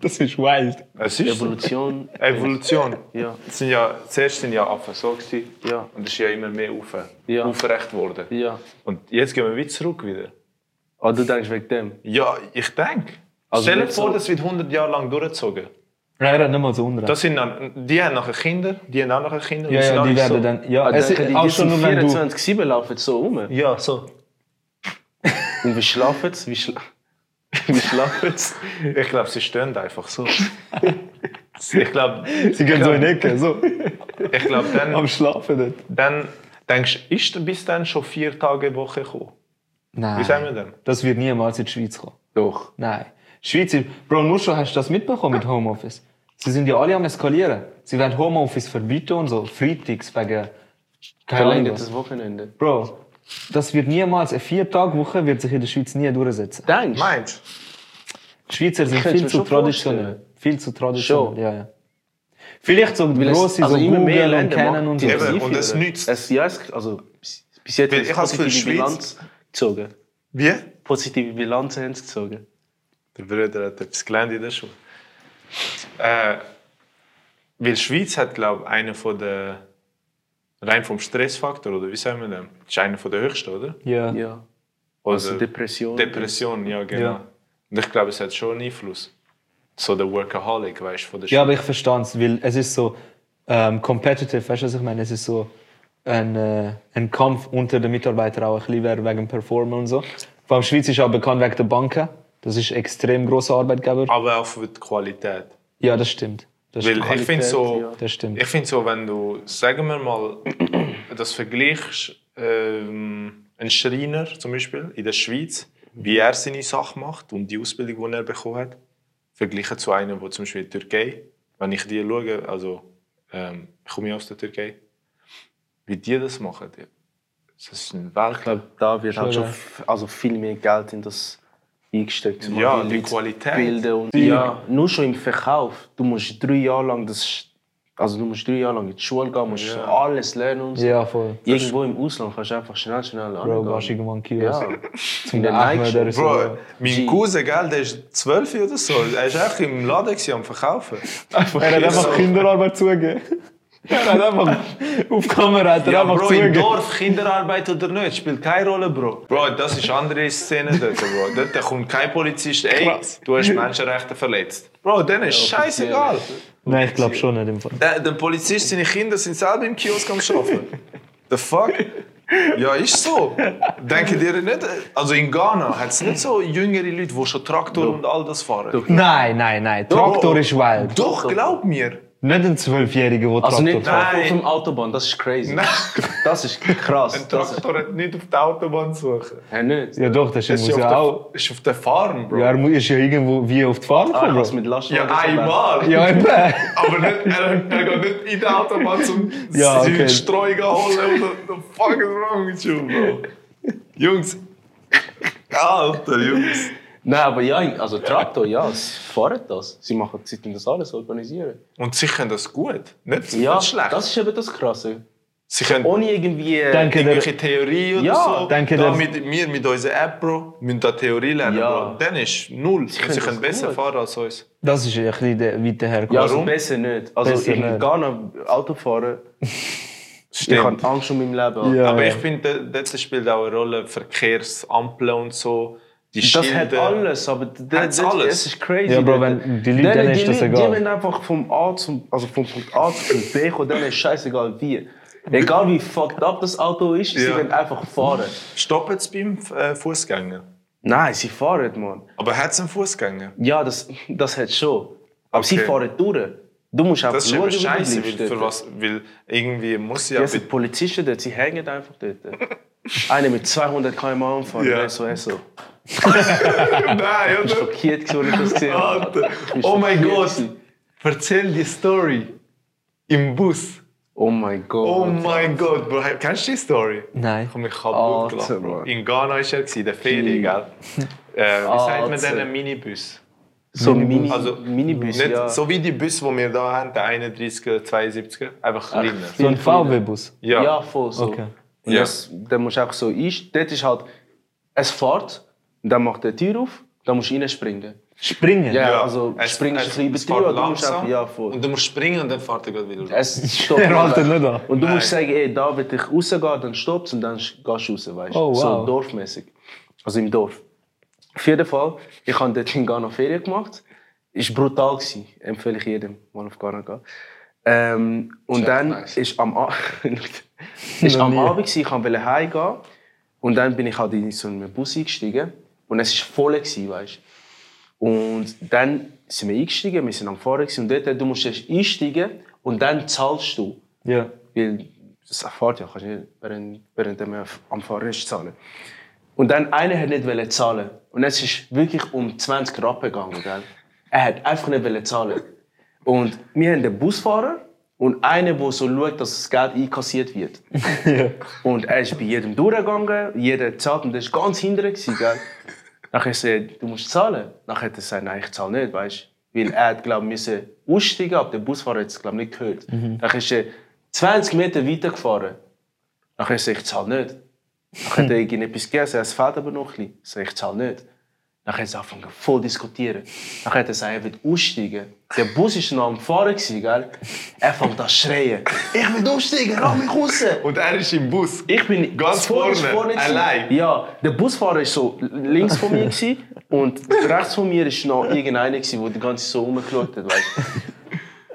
Das ist wild.
Es ist so.
Evolution.
Evolution.
Ja,
Es Sind ja, zuerst sind ja Affen so. Gewesen,
ja,
und es ist ja immer mehr auf,
Ja.
aufrecht worden.
ja.
Und jetzt gehen wir weit zurück wieder.
Ah, du denkst wegen dem.
Ja, ich denke.
Also
Stell dir
nicht
vor,
so-
das wird 100 Jahre lang durchgezogen.
Nein, er hat nicht mal so unrecht.
Das sind dann, die haben nachher Kinder, die haben auch nachher Kinder. und
ja,
sind
ja, die
alle
werden
so.
dann. Ja,
Ah,
es,
denken die,
auch
die
schon
sind
nur wenn du.
24-7 laufen so rum. Und
Ja, so.
wie schlafen sie? Wie, schla wie schlafen sie?
Ich glaube, sie stehen einfach so. ich glaube,
Sie gehen so in die Ecke, so.
ich glaub, dann,
Am Schlafen dort.
dann denkst du, ist bis dann schon vier Tage Woche gekommen? Wie sagen wir
Nein.
denn?
Das wird niemals in die Schweiz kommen.
Doch.
Nein. Schweiz ist. Bro, nur schon hast du das mitbekommen mit Homeoffice. Sie sind ja alle am Eskalieren. Sie werden Homeoffice verbieten und so. Freitags wegen. Keine Ahnung. was.
Verlängertes Wochenende.
Bro, das wird niemals, eine Vier-Tage-Woche wird sich in der Schweiz nie durchsetzen.
Denkst du?
Meinst du?
Die Schweizer sind viel
Könntest du
zu
mir schon
traditionell. Viel zu traditionell, ja, ja. Vielleicht so grosse, so
also
also Google und Canon und so.
Eben, und es nützt.
Es, ja, es, also, bis bis jetzt
Weil
ist
ich hab's Gefühl,
positive
Schweiz-
Bilanz gezogen.
Wie?
Positive Bilanz haben sie gezogen.
Der Bruder hat etwas gelernt in der Schule. Äh, weil die Schweiz hat, glaube ich, einen von der rein vom Stressfaktor, oder wie sagen wir denn? Ist einer von der höchsten, oder?
Ja.
Ja.
Oder-
Also Depression.
Depression, ja, genau.
Ja.
Und ich glaube, es hat schon einen Einfluss. So der Workaholic, weißt du, von der
ja,
Schule.
aber ich verstehe es, weil es ist so ähm, competitive, weißt du, was ich meine? Es ist so ein, äh, ein Kampf unter den Mitarbeitern auch ein bisschen wer wegen Performance und so. Vor allem die Schweiz ist auch bekannt wegen der Banken. Das ist ein extrem grosser Arbeitgeber.
Aber auch für die Qualität.
Ja, das stimmt. Das
Weil
stimmt.
ich finde so,
Das stimmt.
ich find so, wenn du, sagen wir mal, das vergleichst, ähm, ein Schreiner zum Beispiel in der Schweiz, wie er seine Sache macht und die Ausbildung, die er bekommen hat, vergleichen zu einem, der zum Beispiel in der Türkei, wenn ich die schaue, also ähm, ich komme ja aus der Türkei, wie die das machen, die- das ist ein
Ich
Weltklasse.
glaube, da wird halt
Schon,
schon
ja.
f- also viel mehr Geld in das eingesteckt. um
Ja,
die
die
Leute
Qualität.
zu Bilden und ja, nur schon im Verkauf. Du musst drei Jahre lang das, sch- also du musst drei Jahre lang in die Schule gehen, musst
Ja.
alles lernen und so.
Ja, voll.
Irgendwo im Ausland kannst du einfach schnell, schnell
Bro,
lernen.
warst du irgendwann Kiosk?
ja.
Zum
der
Nachmittag
Nike-Shop,
oder so.
Bro, mein
G.
Cousin, gell, der ist 12 oder so, er war echt im Laden gewesen, am Verkaufen. Einfach
Er hat
so.
einfach Kinderarbeit zugegeben. Er hat einfach auf Kamera hat er
Ja,
einfach
Bro, im
zugegeben.
Dorf, Kinderarbeit oder nicht, spielt keine Rolle, Bro. Bro, das ist andere Szene dort, Bro. Dort kommt kein Polizist, ey, du hast Menschenrechte verletzt. Bro, denen ist scheißegal. Äh,
Nein, ich glaube schon nicht im Fall.
Der, der Polizist, seine Kinder sind selber im Kiosk am Arbeiten. The fuck? Ja, ist so. Denken dir nicht, äh, also in Ghana hat es nicht so jüngere Leute, die schon Traktor und all das fahren.
Nein, nein, nein. Traktor ist wild.
Doch, glaub mir.
Nicht ein Zwölfjähriger, der
Also nicht
fährt.
auf dem Autobahn, das ist crazy. Das ist krass. Das ist,
Traktor hat nicht auf die Autobahn suchen.
ja, nicht.
Ja doch, das
Es
muss
ist,
ja
auf
auch...
der, ist auf der Farm, Bro.
Ja, er muss- ist ja irgendwo wie auf die Farm
Ah,
gekommen,
was
Bro.
mit Lastwagen.
Ja, einmal.
Ja, eben.
Aber nicht, er, er geht nicht in die Autobahn zum
Ja,
Zeug
okay.
Streu holen. What the fuck is wrong with you, Bro? Jungs. Alter, Jungs.
Nein, aber ja, also Traktor, ja, sie fahren das. Sie machen sie tun das alles organisieren.
Und sie können das gut. Nicht,
Ja,
nicht schlecht.
das ist eben das Krasse.
sie können
Ohne irgendwie. äh,
Danke, der-
irgendwelche Theorie oder
Ja,
so.
danke,
da
der-
mit, wir mit unserer App, Bro, müssen da Theorie lernen,
Ja.
Bro. Dann ist null. Sie können,
können
sie
das
können besser
gut.
fahren als uns.
Das ist ein bisschen der- weit hergekommen.
ja, also
Warum?
besser nicht. Also
Besser
ich
nicht.
in Ghana Auto fahren, ich
Stimmt.
habe Angst um mein Leben.
Ja,
Aber
ja.
ich finde, dort spielt auch eine Rolle Verkehrsampeln und so. Die
Das
Schilder.
hat alles, aber d- d-
äh, Hat's
d-
alles?
es ist crazy.
Ja, Bro,
Dort-
wenn die Leute-
Denen-
denen ist
die
das
Leute-
egal.
Die wollen einfach vom A zum, also vom Punkt A zum Punkt B kommen, dann ist scheißegal wie. Egal wie fucked up das Auto ist, sie
Ja.
wollen einfach fahren.
Stoppt es beim äh, Fußgänger?
Nein, sie fahren, Mann.
Aber hat es einen Fußgänger?
Ja, das, das hat schon. Aber sie
Okay.
fahren durch. Du musst einfach
Das ist
schauen,
eben
wie du
scheiße,
bleibst
weil, für
dort.
was, weil irgendwie muss ja,
Ja,
ja
es sind Polizisten dort, sie hängen einfach dort. Einer mit 200 km/h anfahren,
Ja.
ja. so, so.
Nein,
Ich war
oder?
schockiert, als ich das gesehen habe.
Alter.
Ich war
Oh mein
schockiert
Gott,
gewesen.
erzähl die Story im Bus.
Oh mein Gott.
Oh mein Gott, Bro, kennst du die Story?
Nein.
Ich habe mich kaputt
Alter,
gelacht, Bro.
Mann.
In Ghana war er, in der Ferien, gell? Äh, wie sagt man
Alter.
denn Minibus?
So ein Mini,
Also,
Ah, Minibus,
nicht
ja.
So wie die Bus, die wir hier haben, der 31er, 72er, einfach kleiner.
So ein VW-Bus.
Ja.
Ja, voll so.
Okay.
Und
Ja.
das, dann musst du einfach so ein. Dort ist halt, es fährt, dann macht der Tür auf, dann musst du reinspringen.
Springen.
Ja,
Ja.
also
Es-
springst
es-
du ein
es
bisschen
fährt
übertrieben, aber du musst
langsam
einfach, ja, voll.
Und du musst springen und dann fährt er gerade wieder. raus.
Es stoppt.
Er haltet nicht an.
Und du musst sagen, ey, da will ich rausgehen, dann stoppst und dann gehst du raus, weißt du?
Oh, wow.
So dorfmäßig. Also im Dorf. Auf jeden Fall, ich habe dort in Ghana Ferien gemacht. Ist brutal gewesen. Empfehle ich jedem, mal auf Ghana gehen. Ähm, und dann
nice.
ist am, A ist am Abend, gewesen, ich wollte heimgehen. Und dann bin ich halt in so einen Bus eingestiegen. Und es war voll, gewesen, weißt du? Und dann sind wir eingestiegen, wir sind am Fahren gewesen. und dort, du musst erst einsteigen und dann zahlst du.
Ja.
Weil das erfahrt ja, kannst du nicht während, während man am Fahren ist zahlen. Und dann einer hat nicht wollen zahlen. Und es ist wirklich um 20 Rappen gegangen. Gell? Er hat einfach nicht wollen zahlen. Und wir haben den Busfahrer und einen, der so schaut, dass das Geld einkassiert wird. Und er ist bei jedem durchgegangen, jeder zahlt und der war ganz hinterher. gewesen, Gell? Nachher hat er gesagt, du musst zahlen. Nachher hat er gesagt, nein, ich zahle nicht, weißt du. Weil er, glaube ich, aussteigen aber der Busfahrer hat es, glaube ich, nicht gehört. Nachher ist er 20 Meter weitergefahren. Nachher hat er gesagt, ich zahle nicht. Nachher hat er irgendetwas gegessen, es fehlt aber noch ein bisschen. Ich sage, ich zahle nicht. Nachher hat sie angefangen, voll zu diskutieren. Nachher hat er gesagt, er wird aussteigen. Der Bus war noch am Fahren, gewesen, gell? Er fängt an zu schreien. Ich will aussteigen, lass mich raus!
Und er ist im Bus.
Ich bin
Ganz
voll
vorne,
gewesen.
allein.
Ja, der Busfahrer war so links von mir gewesen und rechts von mir war noch irgendeiner, gewesen, der die ganze Zeit so rumgeschaut hat. Weißt.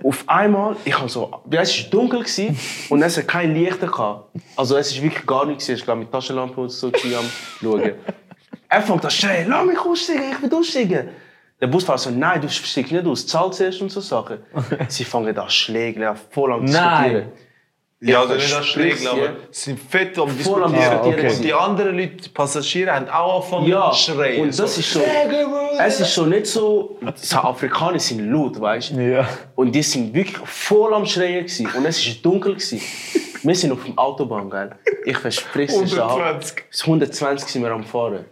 du. Auf einmal, ich hab so, weißt, du, es war dunkel gewesen und es hat kein Lichter. Gehabt. Also es war wirklich gar nichts. gewesen. Ich war mit Taschenlampe und so gewesen am Schauen. Er fängt an zu schreien, lass mich aussteigen, ich will aussteigen. Der Busfahrer so, nein, du steigst nicht aus, zahl zuerst und so Sachen. Sie fangen an zu schlägeln, voll am Diskutieren.
Ja, also
Ja,
nicht das
sprich,
Schlägel, aber
ja.
sie sind fett am
Voll am
Diskutieren.
Diskutieren.
Und die anderen Leute, die Passagiere, haben auch angefangen
Ja,
zu schreien.
und das
So.
ist so. Es ist so nicht so. so Afrikaner sind laut, weißt du?
Ja.
Und die sind wirklich voll am Schreien. Gewesen. Und es war dunkel. Gewesen. Wir sind auf der Autobahn, gell? Ich verspreche es dir.
120.
120 sind wir am Fahren.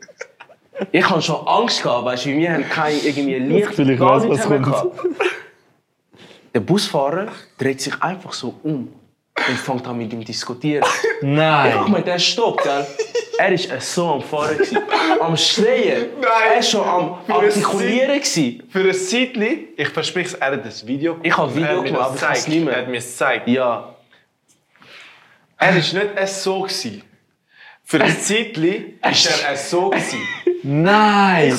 Ich hatte schon Angst, gehabt, weißt du, weil wir haben kein irgendwie Licht.
Gefühl, ich
gar
weiss, was
nichts haben wir
kommt.
gehabt. Der Busfahrer dreht sich einfach so um und fängt an mit ihm zu diskutieren. Ich
Nein.
mach mal, der stoppt, gell? Er ist äh, so am Fahren, gewesen. am Schreien. Er ist schon am Artikulieren. gewesen.
Für ein Zeitchen, ich verspreche es, er hat das Video gemacht.
Ich hab Video
Er hat mir
gemacht,
das
aber ich hab's
gezeigt.
nicht mehr.
Er hat mir es gezeigt.
Ja,
Er war nicht äh, so. Gewesen. Für ein Zeitchen war er äh, so. Gewesen.
Nein.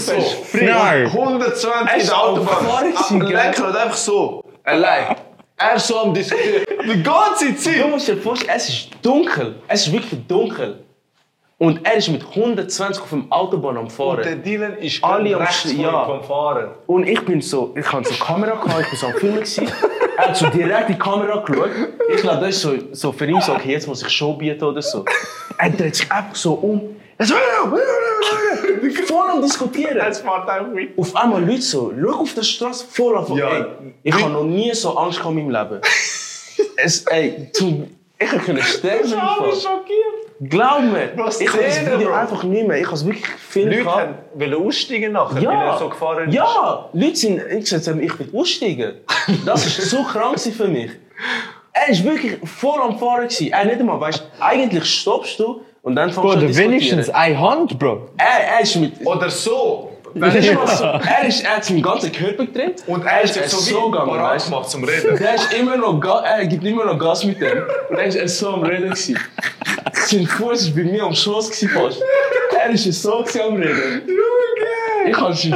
Nein.
120 in
ist
der
auch
Autobahn.
gefahren
Am
gewesen, gell?
Lenkrad einfach so. Allein. Er ist so am Diskutieren. Die ganze
Du
Zeit.
musst dir vorstellen, es ist dunkel. Es ist wirklich dunkel. Und er ist mit 120 auf dem Autobahn am
Und der
Fahren.
Dylan ist
Alle
gerade
am
rechts
Sch-
vor
ja.
ihm vom Fahren.
Und ich bin so, ich hatte so eine Kamera, gehabt, ich war so am Filmen. gewesen. Er hat so direkt in die Kamera geschaut. Ich glaube, das ist so, so für ihn so, okay, jetzt muss ich Show bieten oder so. Er dreht sich einfach so um. Er so, voll am Diskutieren.
Das macht auch mit.
Auf einmal Leute so, schau auf der Straße voll auf.
Ja.
Ey, ich habe noch nie so Angst gehabt in meinem Leben. es, ey, zu, ich hätte sterben können.
Alle
im Fall.
schockiert.
Glaub mir,
Was
ich habe das
Szene,
Video
Bro.
einfach nicht mehr. Ich habe es wirklich gefilmt.
Leute
gehabt.
haben- wollen aussteigen nachher, weil
Ja,
er so gefahren ist.
ja, Leute sind, ich gesagt, haben, ich will aussteigen. Das war so krank gewesen für mich. Er war wirklich voll am Fahren. gewesen. Er nicht einmal, weißt eigentlich stoppst du und dann fängst
Bro,
du an
der
zu
wenigstens
diskutieren.
eine Hand, Bro.
Er, er ist mit...
Oder so.
Er, ist mal so, er, ist, er hat seinen ganzen Körper drin
Und er ist sich so, so
gegangen,
parat
weißt
gemacht zum Reden.
Der ist immer noch Ga eh, er gibt immer noch Gas mit dem. Und er ist er ist so am Reden. gewesen. Sein Fuß war bei mir am Schoß gewesen fast. Er ist so gewesen am Reden. Ich habe schon.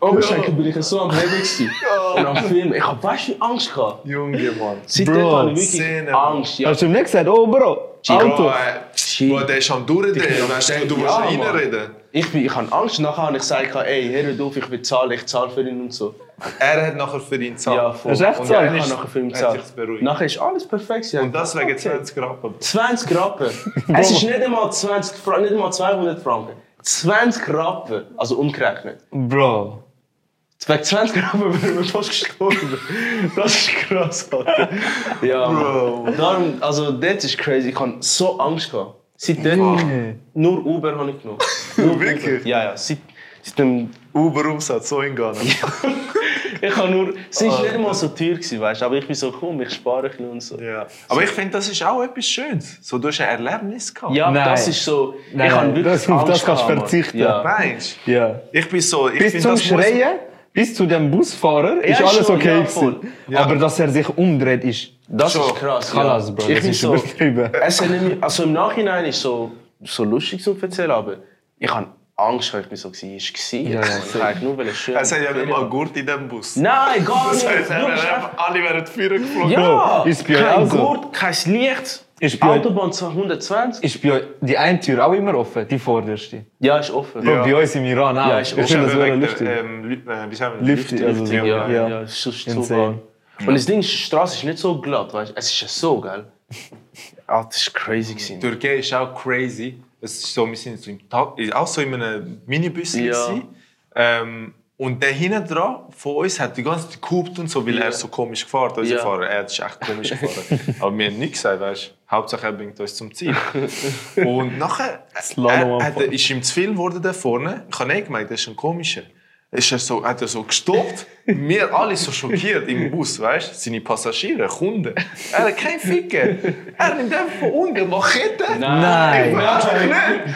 Oh, Oberschenkel bin ich so am Reden. gewesen. Und am Film. Ich habe weißt du wie Angst gehabt.
Junge, Mann.
Seitdem
Bro,
habe ich wirklich
Szene, Mann.
Angst. Ja.
Hast du ihm nicht gesagt, oh, Bro,
Bro,
Auto.
ey,
Shit.
Bro, der ist am Durchdrehen. Weißt du, du musst
Ja, Mann.
reinreden.
Ich, bin, ich habe Angst. Nachher habe ich gesagt, ey, hör auf, ich bezahle, ich zahle für ihn und so.
Er hat nachher für ihn gezahlt.
Ja, voll.
Hast du echt
Und
gezahlt?
Ich habe nachher für ihn
Er hat
gezahlt.
sich beruhigt.
Nachher ist Nou, alles perfekt. Sie haben
Und das wegen
gesagt, okay.
20 Rappen.
20 Rappen. es ist nicht einmal 20 Franken, nicht einmal 200 Franken. 20 Rappen, also umgerechnet.
Bro.
Wegen 20 Rappen wären wir fast gestorben. Das ist krass, Alter. Ja, Bro. Darum, also das ist crazy. Ich hatte so Angst. Gehabt. Seitdem ich nur Uber habe ich genommen. Nur
Wirklich?
Uber. Ja, ja. Seit, seitdem,
Uber-Umsatz, so in Ghana.
ich habe nur, sie war nicht einmal so teuer, gewesen, weißt, du, aber ich bin so, komm, ich spare ein bisschen und so.
Ja.
Aber ich finde, das ist auch etwas Schönes. So, du hast ein Erlebnis gehabt.
Ja,
Nein.
das ist so,
Nein,
ich habe wirklich
das- auf
Angst
das kannst du
gehabt, Mann.
verzichten.
Ja.
Meinst
Ja.
Ich bin so. Ich
Bis
find,
zum
das muss-
Schreien, bis zu dem Busfahrer, ist
Ja,
alles
schon,
okay.
ja,
gewesen.
voll.
Aber dass er sich umdreht, ist.
Das
Schon.
ist krass.
Kalas, Bro.
Ich
das
bin
ist
so,
übertrieben.
es hat nämlich- also im Nachhinein ist so so lustig zu erzählen, aber ich habe Angst, weil ich mir so war. Ich gesehen.
Ja, ja.
ich eigentlich nur weil es schön.
Es hat ja nicht mal Gurt in diesem Bus.
Nein, gar nicht.
Das
Du
heißt,
bist
er wäre
einfach,
einfach- alle wären Führer geflogen.
ja,
Bro, ist bei euch
kein
auch so?
Gurt, kein Licht.
Ist bei euch-
Autobahn 220.
Ist bei euch die eine Tür auch immer offen, die vorderste?
Ja, ist offen.
Bro, Bei uns im Iran auch.
Ja,
ich
ist
finde
Eben
das sehr
wegen der,
lustig.
ähm, Lü- äh, Wie sagen wir
Lift, also so,
ja.
Ja, ja,
ja.
ist so, ist so
Insane.
geil. Und das Ding ist, die Straße ist nicht so glatt, weißt du? Es ist ja so, gell? Ah, das war crazy. Gewesen.
Türkei ist auch crazy. Es ist so, wir sind so im Ta ist auch so in einem Minibus.
Ja.
gewesen. Ähm, und der hinten dran von uns hat die ganze Zeit gehupt und so, weil er so komisch gefahren hat. Unser
Ja.
Fahrer, er ist echt komisch gefahren. Aber wir haben nichts gesagt, weißt du. Hauptsache er bringt uns zum Ziel. und nachher äh,
Slalom
er, hat, er- ist ihm zu viel geworden da vorne. Ich habe nicht gemeint, das ist ein komischer. Ist er so, hat er so gestoppt? Wir alle so schockiert im Bus, weißt du? Seine Passagiere, Kunden. Er hat keinen Ficken. Er nimmt einfach von unten Machete.
Nein.
Nein.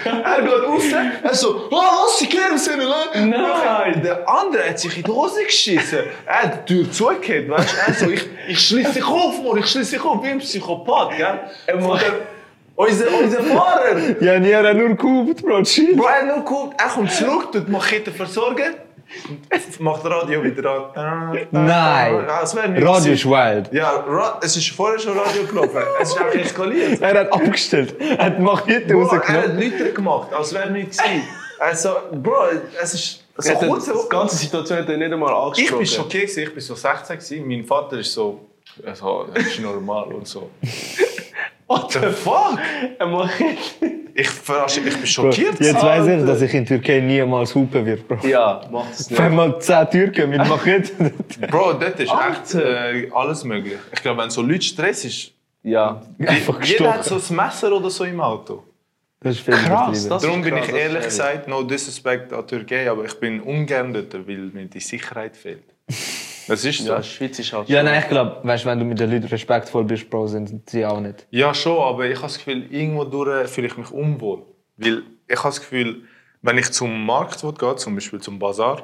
Er geht raus, er so, oh, was die Kerl sind, oder? Nein. Der andere hat sich in die Hose geschissen. Er hat die Tür zugehört, weißt du? Er so, ich, ich schließe dich auf, Mann, ich schließe dich auf, wie ein Psychopath, gell? Er macht, unser, unser Fahrer.
Ja, nee, er hat nur gehupt, Bro, chill.
Bro, er hat nur geguckt, er kommt zurück, tut die Machete versorgen, macht Radio wieder an.
Nein.
Ah, es wäre nicht
Radio ist
gewesen.
wild.
Ja, Ra es ist vorher schon Radio gelaufen. Es ist einfach eskaliert.
Er hat abgestellt. Er hat Machete
Bro, er hat
rausgenommen.
nichts gemacht, als wäre nichts gewesen. Also, Bro, es ist so
Hat er-
kurz.
die ganze Situation hat er nicht einmal angesprochen.
Ich bin schockiert, gewesen, ich bin so 16, gewesen. mein Vater ist so, also, das ist normal und so. What the fuck?
Er macht
Ich, verrasche, ich bin
Bro,
schockiert.
Jetzt weiß ich, dass ich in Türkei niemals hupen werde, Bro.
Ja, macht es nicht.
Wenn mal 10 Türken mit Machete.
Bro, dort ist echt äh, alles möglich. Ich glaube, wenn so Leute Stress ist,
Ja.
Einfach
jeder hat
gestochen.
so ein Messer oder so im Auto.
Das ist viel übertrieben.
das
Darum
ist krass,
bin ich
das ist
ehrlich
ehrlich.
gesagt, no disrespect an Türkei, aber ich bin ungern dort, weil mir die Sicherheit fehlt. Das ist so.
Ja, Schweiz ist halt
Ja, nein, ich glaube, weißt, wenn du mit den Leuten respektvoll bist, Bro, sind sie auch nicht.
Ja, schon, aber ich habe das Gefühl, irgendwo durch fühle ich mich unwohl. Weil ich habe das Gefühl, wenn ich zum Markt will gehe, zum Beispiel zum Bazar,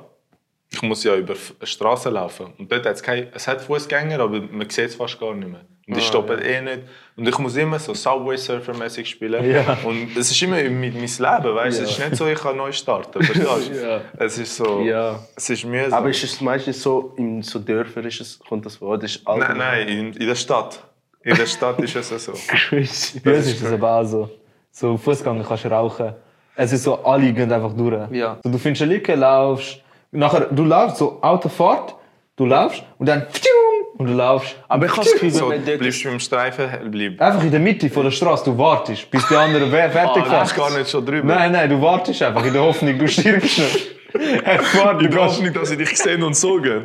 ich muss ja über F- eine Straße laufen. Und dort hat's kein, es hat Fußgänger, aber man sieht es fast gar nicht mehr. Und die
Ah,
stoppen eh nicht. Und ich muss immer so Subway-Surfer-mäßig spielen.
Ja.
Und es ist immer mit meinem Leben, weißt du? Es ist nicht so, ich kann neu starten, verstehst du?
Ja.
Es ist so,
Ja.
es ist mühsam.
Aber ist es meistens so, in so Dörfern ist es, kommt das vor, das ist
nein, nein, in, in der Stadt. In der Stadt ist es so.
crazy.
Bei uns ist es aber auch so. So Fußgänger kannst du rauchen. Es ist so, alle gehen einfach durch.
Ja.
So, du findest eine Lücke, laufst. Nachher, du laufst, so Autofahrt, du laufst und dann pfium, und du laufst
Aber ich habe das Gefühl, wenn
So,
man dort
bleibst du beim Streifen, bleib.
einfach in der Mitte von der Straße, du wartest, bis die anderen we- fertig
Ah, du bist
sind.
gar nicht schon drüber.
Nein, nein, du wartest einfach in der Hoffnung, du stirbst nicht. Er fährt, du
Ich glaube
gehst
nicht, dass sie dich sehen und so gehen.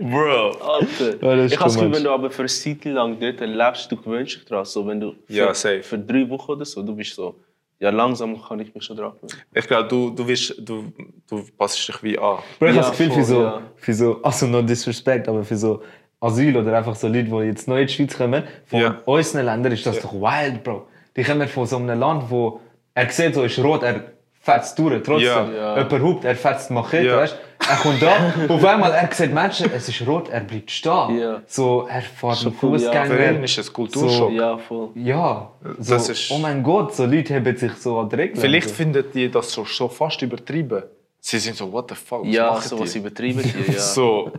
Bro.
Alter.
Ja, das ist
ich habe das
too
Gefühl,
much.
wenn du aber für eine Zeit lang dort lebst, du gewöhnst dich dran. So, wenn du für,
Ja, safe.
für drei Wochen oder so, du bist so, ja langsam kann ich mich schon dran gewöhnen.
Ich glaube, du, du, wirst- du, du passest dich wie an.
Bro, ich
Ja,
habe das Gefühl
voll,
für so,
ja.
für so, also no disrespect, aber für so Asyl oder einfach so Leute, die jetzt neu in die Schweiz kommen, von
Ja.
unseren Ländern ist das doch wild, Bro. Die kommen von so einem Land, wo er sieht, so ist rot, er fetzt durch, trotzdem.
Ja.
Ja. Überhaupt, er fetzt Machete,
Ja.
weißt Er kommt da, auf einmal, er sieht Menschen, es ist rot, er bleibt stehen.
Ja.
So, er fährt einen
cool, ja.
Für ihn
Fußgänger.
ist es Kulturschock.
Ja, voll.
Ja, so,
Das ist-
oh mein Gott, so Leute haben sich so an die Regeln. Also.
Vielleicht finden die das so, so fast übertrieben. Sie sind so, what the fuck, was
Ja,
machen
so
die?
was übertrieben hier, ja.
So,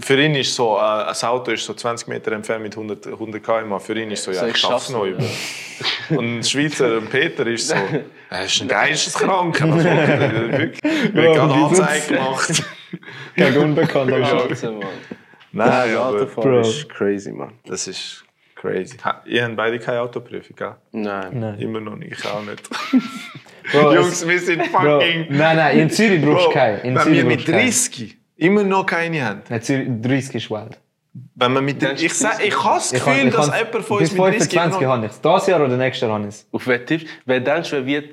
für ihn ist so, äh, ein Auto ist so 20 Meter entfernt mit 100, 100 km/h. Für ihn ist so, ja,
So,
ich
ich
schaff's
schaff's
noch.
noch,
über. Und ein Schweizer, ein Peter, ist so, er ist ein geisteskranker. Was macht er? Wirklich? Wir
Ja,
haben
wie
Anzeige
sonst?
gemacht.
Gegen Unbekannte.
Scheiße, Mann.
Nein,
Ja,
aber
Autofahren
Bro.
ist crazy, Mann.
das ist crazy. Ha- Ihr habt beide keine Autoprüfung, gell?
Nein.
Immer noch nicht, ich auch nicht.
Bro, es-
Jungs, wir sind
Bro,
fucking...
nein, nein, in Zürich brauchst
Bro,
du keine. In
wenn
Zürich
wir mit
brauchst du keine.
30 immer noch keine haben.
Nein, Zürich, 30 ist wild.
Wenn man mit den, ich sag, ich habe das Gefühl, dass jemand von uns
bis
mit 30
25
Jahren.
habe ich es. Dieses Jahr oder nächstes Jahr habe ich es.
Auf wer tippst Wer denkst wer wird,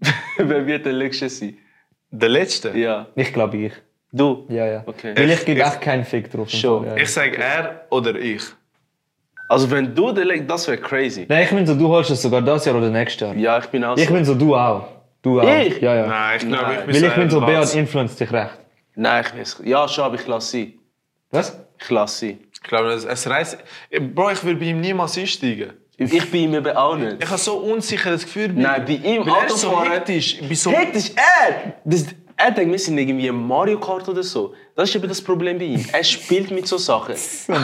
wer wird der Letzte sein?
Der letzte.
Ja.
Ich glaube ich.
Du?
Ja, ja.
Okay.
Weil ich gebe
Ich-
echt keinen Fick drauf. im
Schon.
Fall, ja.
Ich sage er oder ich.
Also wenn du der Letzte, das wäre crazy.
Nein, ich bin so, du holst es sogar dieses Jahr oder nächstes Jahr.
Ja, ich bin auch
Ich
so.
bin so, du auch. Du auch.
Ich?
Ja, ja.
Nein, ich glaube, ich
Nein.
bin
Weil ich bin so,
eher
Beat
Platz.
influenzt dich recht.
Nein, ich weiß. Ja, schon, aber ich lasse sie.
Was?
Ich lasse sie.
Ich glaube, es, es reißt. Bro, ich will bei ihm niemals einsteigen.
Ich bin ihm eben auch nicht.
Ich habe so ein unsicheres Gefühl. bei
Nein, bei ihm
Weil er ist so
Autofahren-
hektisch. Ich bin so.
Hektisch, er! Das, er denkt, wir sind irgendwie im Mario Kart oder so. Das ist eben das Problem bei ihm. Er spielt mit so Sachen.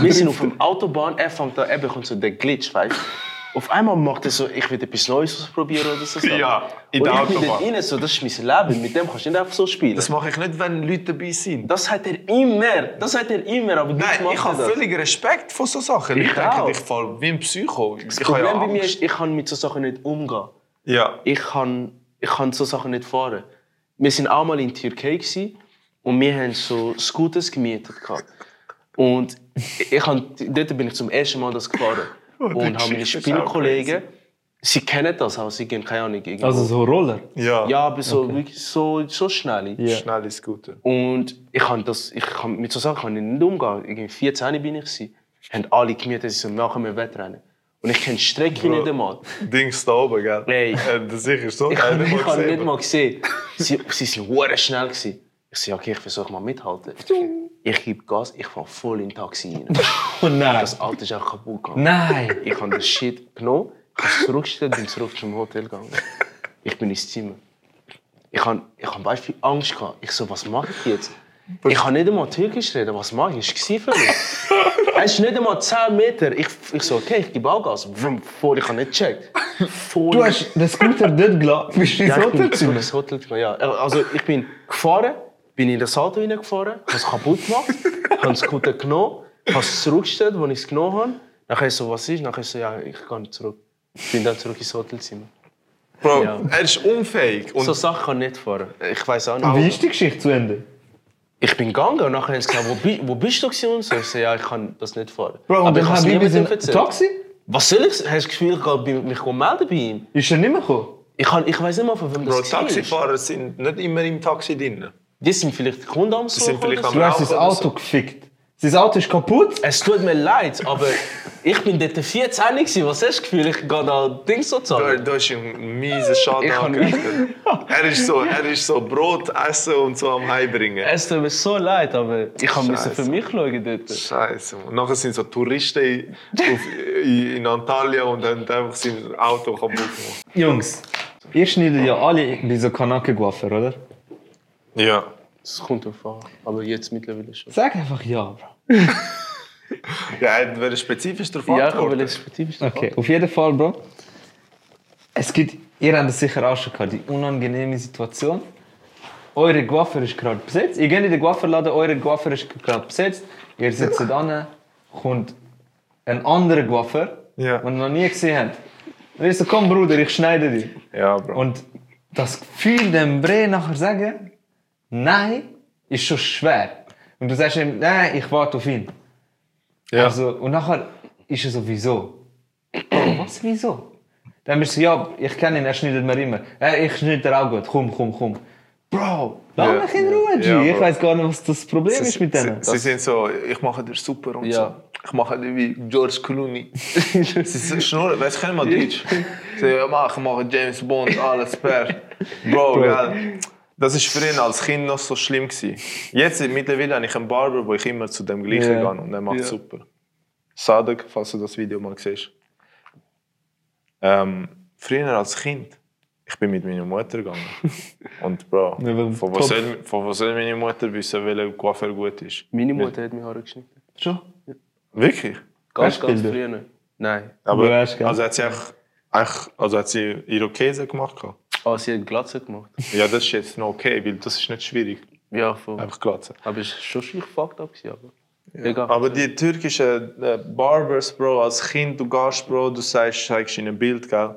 Wir sind auf der Autobahn, er fängt an, er bekommt so den Glitch, weißt du? Auf einmal macht er so, ich will etwas Neues ausprobieren oder so. Sachen.
Ja, in
Und
der
ich bin dort
Autobahn.
rein, so, das ist mein Leben, mit dem kannst du nicht einfach so spielen.
Das
Das,
mache ich nicht, wenn Leute dabei sind.
hat er immer, das hat er immer, aber du
Nein, ich
machst
habe
das.
völlig Respekt vor so Sachen. Ich,
Ich auch.
denke, ich fall wie ein Psycho. Ich
Das
habe
Problem
ja
bei mir
Angst.
ist, ich kann mit so Sachen nicht umgehen.
Ja.
ich kann, ich kann so Sachen nicht fahren. Wir waren auch mal in der Türkei gewesen und wir haben so Scooters gemietet. gehabt. Und ich han, dort bin ich zum ersten Mal das gefahren. und habe meine
Geschichte ist
Spielkollegen, sie kennen das auch, sie gehen keine Ahnung. Irgendwo.
Also so Roller.
Ja.
ja, aber so, wirklich so, so schnell.
Ja.
Schnell ist gut.
Und ich kann das, ich kann, mit so Sachen kann ich nicht umgehen. Irgendwie 14 bin ich sie. Haben alle gemietet, sie so, machen wir Wettrennen. Und ich kenne die Strecke nicht einmal.
Dings da oben, gell?
Ey.
Äh, Das ist so.
Ich habe
geil,
ich hab
gesehen.
nicht mal gesehen. Sie, sie waren hure schnell. Gewesen. Ich sage, okay, ich versuche mal mithalten. Ich gebe Gas, ich fahre voll in den Taxi rein.
Oh nein.
Das Auto ist auch kaputt gegangen.
Nein.
Ich habe den Shit genommen, habe es zurückgestellt, bin zurück zum Hotel gegangen. Ich bin ins Zimmer. Ich habe ich hab weißt, du, viel Angst gehabt. Ich so, was mache ich jetzt? Ich kann nicht einmal Türkisch reden, was mache ich? Es war für mich. Es ist nicht einmal 10 Meter. Ich, ich so, okay, ich gebe auch Gas. Vroom, Voll, ich habe nicht gecheckt. Voll
Du hast den Scooter dort gelassen, bist ins
ja, ich
Hotel
bin zurück
gezogen.
ins Hotel gegangen, ja. Also ich bin gefahren, bin in das Auto hineingefahren, habe es kaputt gemacht, habe es gut genommen, habe es zurückgestellt, wo ich es genommen habe. Nachher so, was ist? Nachher so, ja, ich gehe nicht zurück. Bin dann zurück ins Hotelzimmer.
Bro,
Ja.
er ist unfähig. Und
so Sachen kann ich nicht fahren. Ich weiß auch
Wie
nicht.
ist die Geschichte zu Ende?
Ich bin gegangen und nachher haben sie gesagt, wo, bi- wo bist du gewesen? und so. Ich so, ja, ich kann das nicht fahren.
Bro, und
Aber
dann
ich habe es
habe ich bis
niemandem
in
erzählt.
Taxi?
Was soll ich? Hast du das Gefühl, ich gehe bei- mich melden bei ihm?
Ist er nicht mehr gekommen?
Ich, kann- ich weiß nicht mal, von wem das
Bro,
war.
Taxifahrer sind nicht immer im Taxi drin.
Die sind vielleicht Kunden am Suchen
vielleicht
oder
am
so.
Du hast sein
Rauch oder
Auto gefickt. Sein Auto ist kaputt.
Es tut mir leid, aber ich bin dort 14 gewesen. Was hast du Gefühl? Ich gehe da Ding so
Da,
zahlen.
da ist ein mieser Schaden
Ich kann
angerichtet. Er ist so, er ist so Brot essen und so am Heimbringen.
Es tut mir so leid, aber ich habe müssen
Scheiße.
für mich schauen dort.
Scheiße. Mann. Und nachher sind so Touristen in- auf, in in Antalya und haben einfach sein Auto kaputt gemacht.
Jungs, ihr schneidet ja alle bei so Kanake-Guaffer, oder?
Ja.
Es kommt drauf an. Aber jetzt mittlerweile schon.
Sag einfach ja, Bro.
Ja, er wäre spezifisch darauf
Ja, ich habe
antworten.
perspektivisch
Okay, auf jeden Fall, Bro. Es gibt, ihr habt das sicher auch schon gehabt, die unangenehme Situation. Eure Guaffer ist gerade besetzt. Ihr geht in den Guafferladen, eure Guaffer ist gerade besetzt. Ihr sitzt an, kommt ein anderer Guaffer,
Ja.
den wir noch nie gesehen haben. Und er so, komm Bruder, ich schneide dich.
Ja, Bro.
Und das Gefühl, dem Bre nachher sagen, nein, ist schon schwer. Und du sagst ihm, nein, ich warte auf ihn.
Ja.
Also, und nachher ist er so, wieso? Oh, was, wieso? Dann bist du so, ja, ich kenne ihn, er schneidet mir immer. Äh, ich schneide dir auch gut, komm, komm, komm. Bro, lass
Ja.
mich in Ruhe, G.
Ja,
ich
Bro.
weiß gar nicht, was das Problem
Sie-
ist mit denen.
Sie, sie sind so, ich mache dir super und
Ja.
so. Ich mache dir wie George Clooney. sie schnurren, weißt du, können mal Deutsch. Sie ja, mach, ich mache James Bond, alles per. Bro, gell. Das war für ihn als Kind noch so schlimm. Gewesen. Jetzt mittlerweile habe ich einen Barber, wo ich immer zu dem gleichen
Ja.
gehe und der macht super. Sadek, falls du das Video mal siehst. Ähm, früher als Kind, ich bin mit meiner Mutter gegangen. Und Bro,
Ja, warum?
von wo, soll, von wo soll meine Mutter wissen, welcher Coiffeur gut ist?
Meine Mutter hat mir Haare geschnitten.
Schon?
Wirklich?
Ganz,
Hast du
ganz
Bilder?
früher. Nein.
Aber
Du hast, gell?
also hat sie auch, eigentlich- also hat sie Irokesen gemacht. gehabt?
Ah, sie hat Glatze gemacht.
Ja, das ist jetzt noch okay, weil das ist nicht schwierig.
Ja, voll.
Einfach glatzen.
Aber es war schon schick fucked up. gewesen, Aber egal.
Aber die türkischen äh, Barbers, Bro, als Kind, du gehst, Bro, du sagst, zeigst ihnen ein Bild, gell?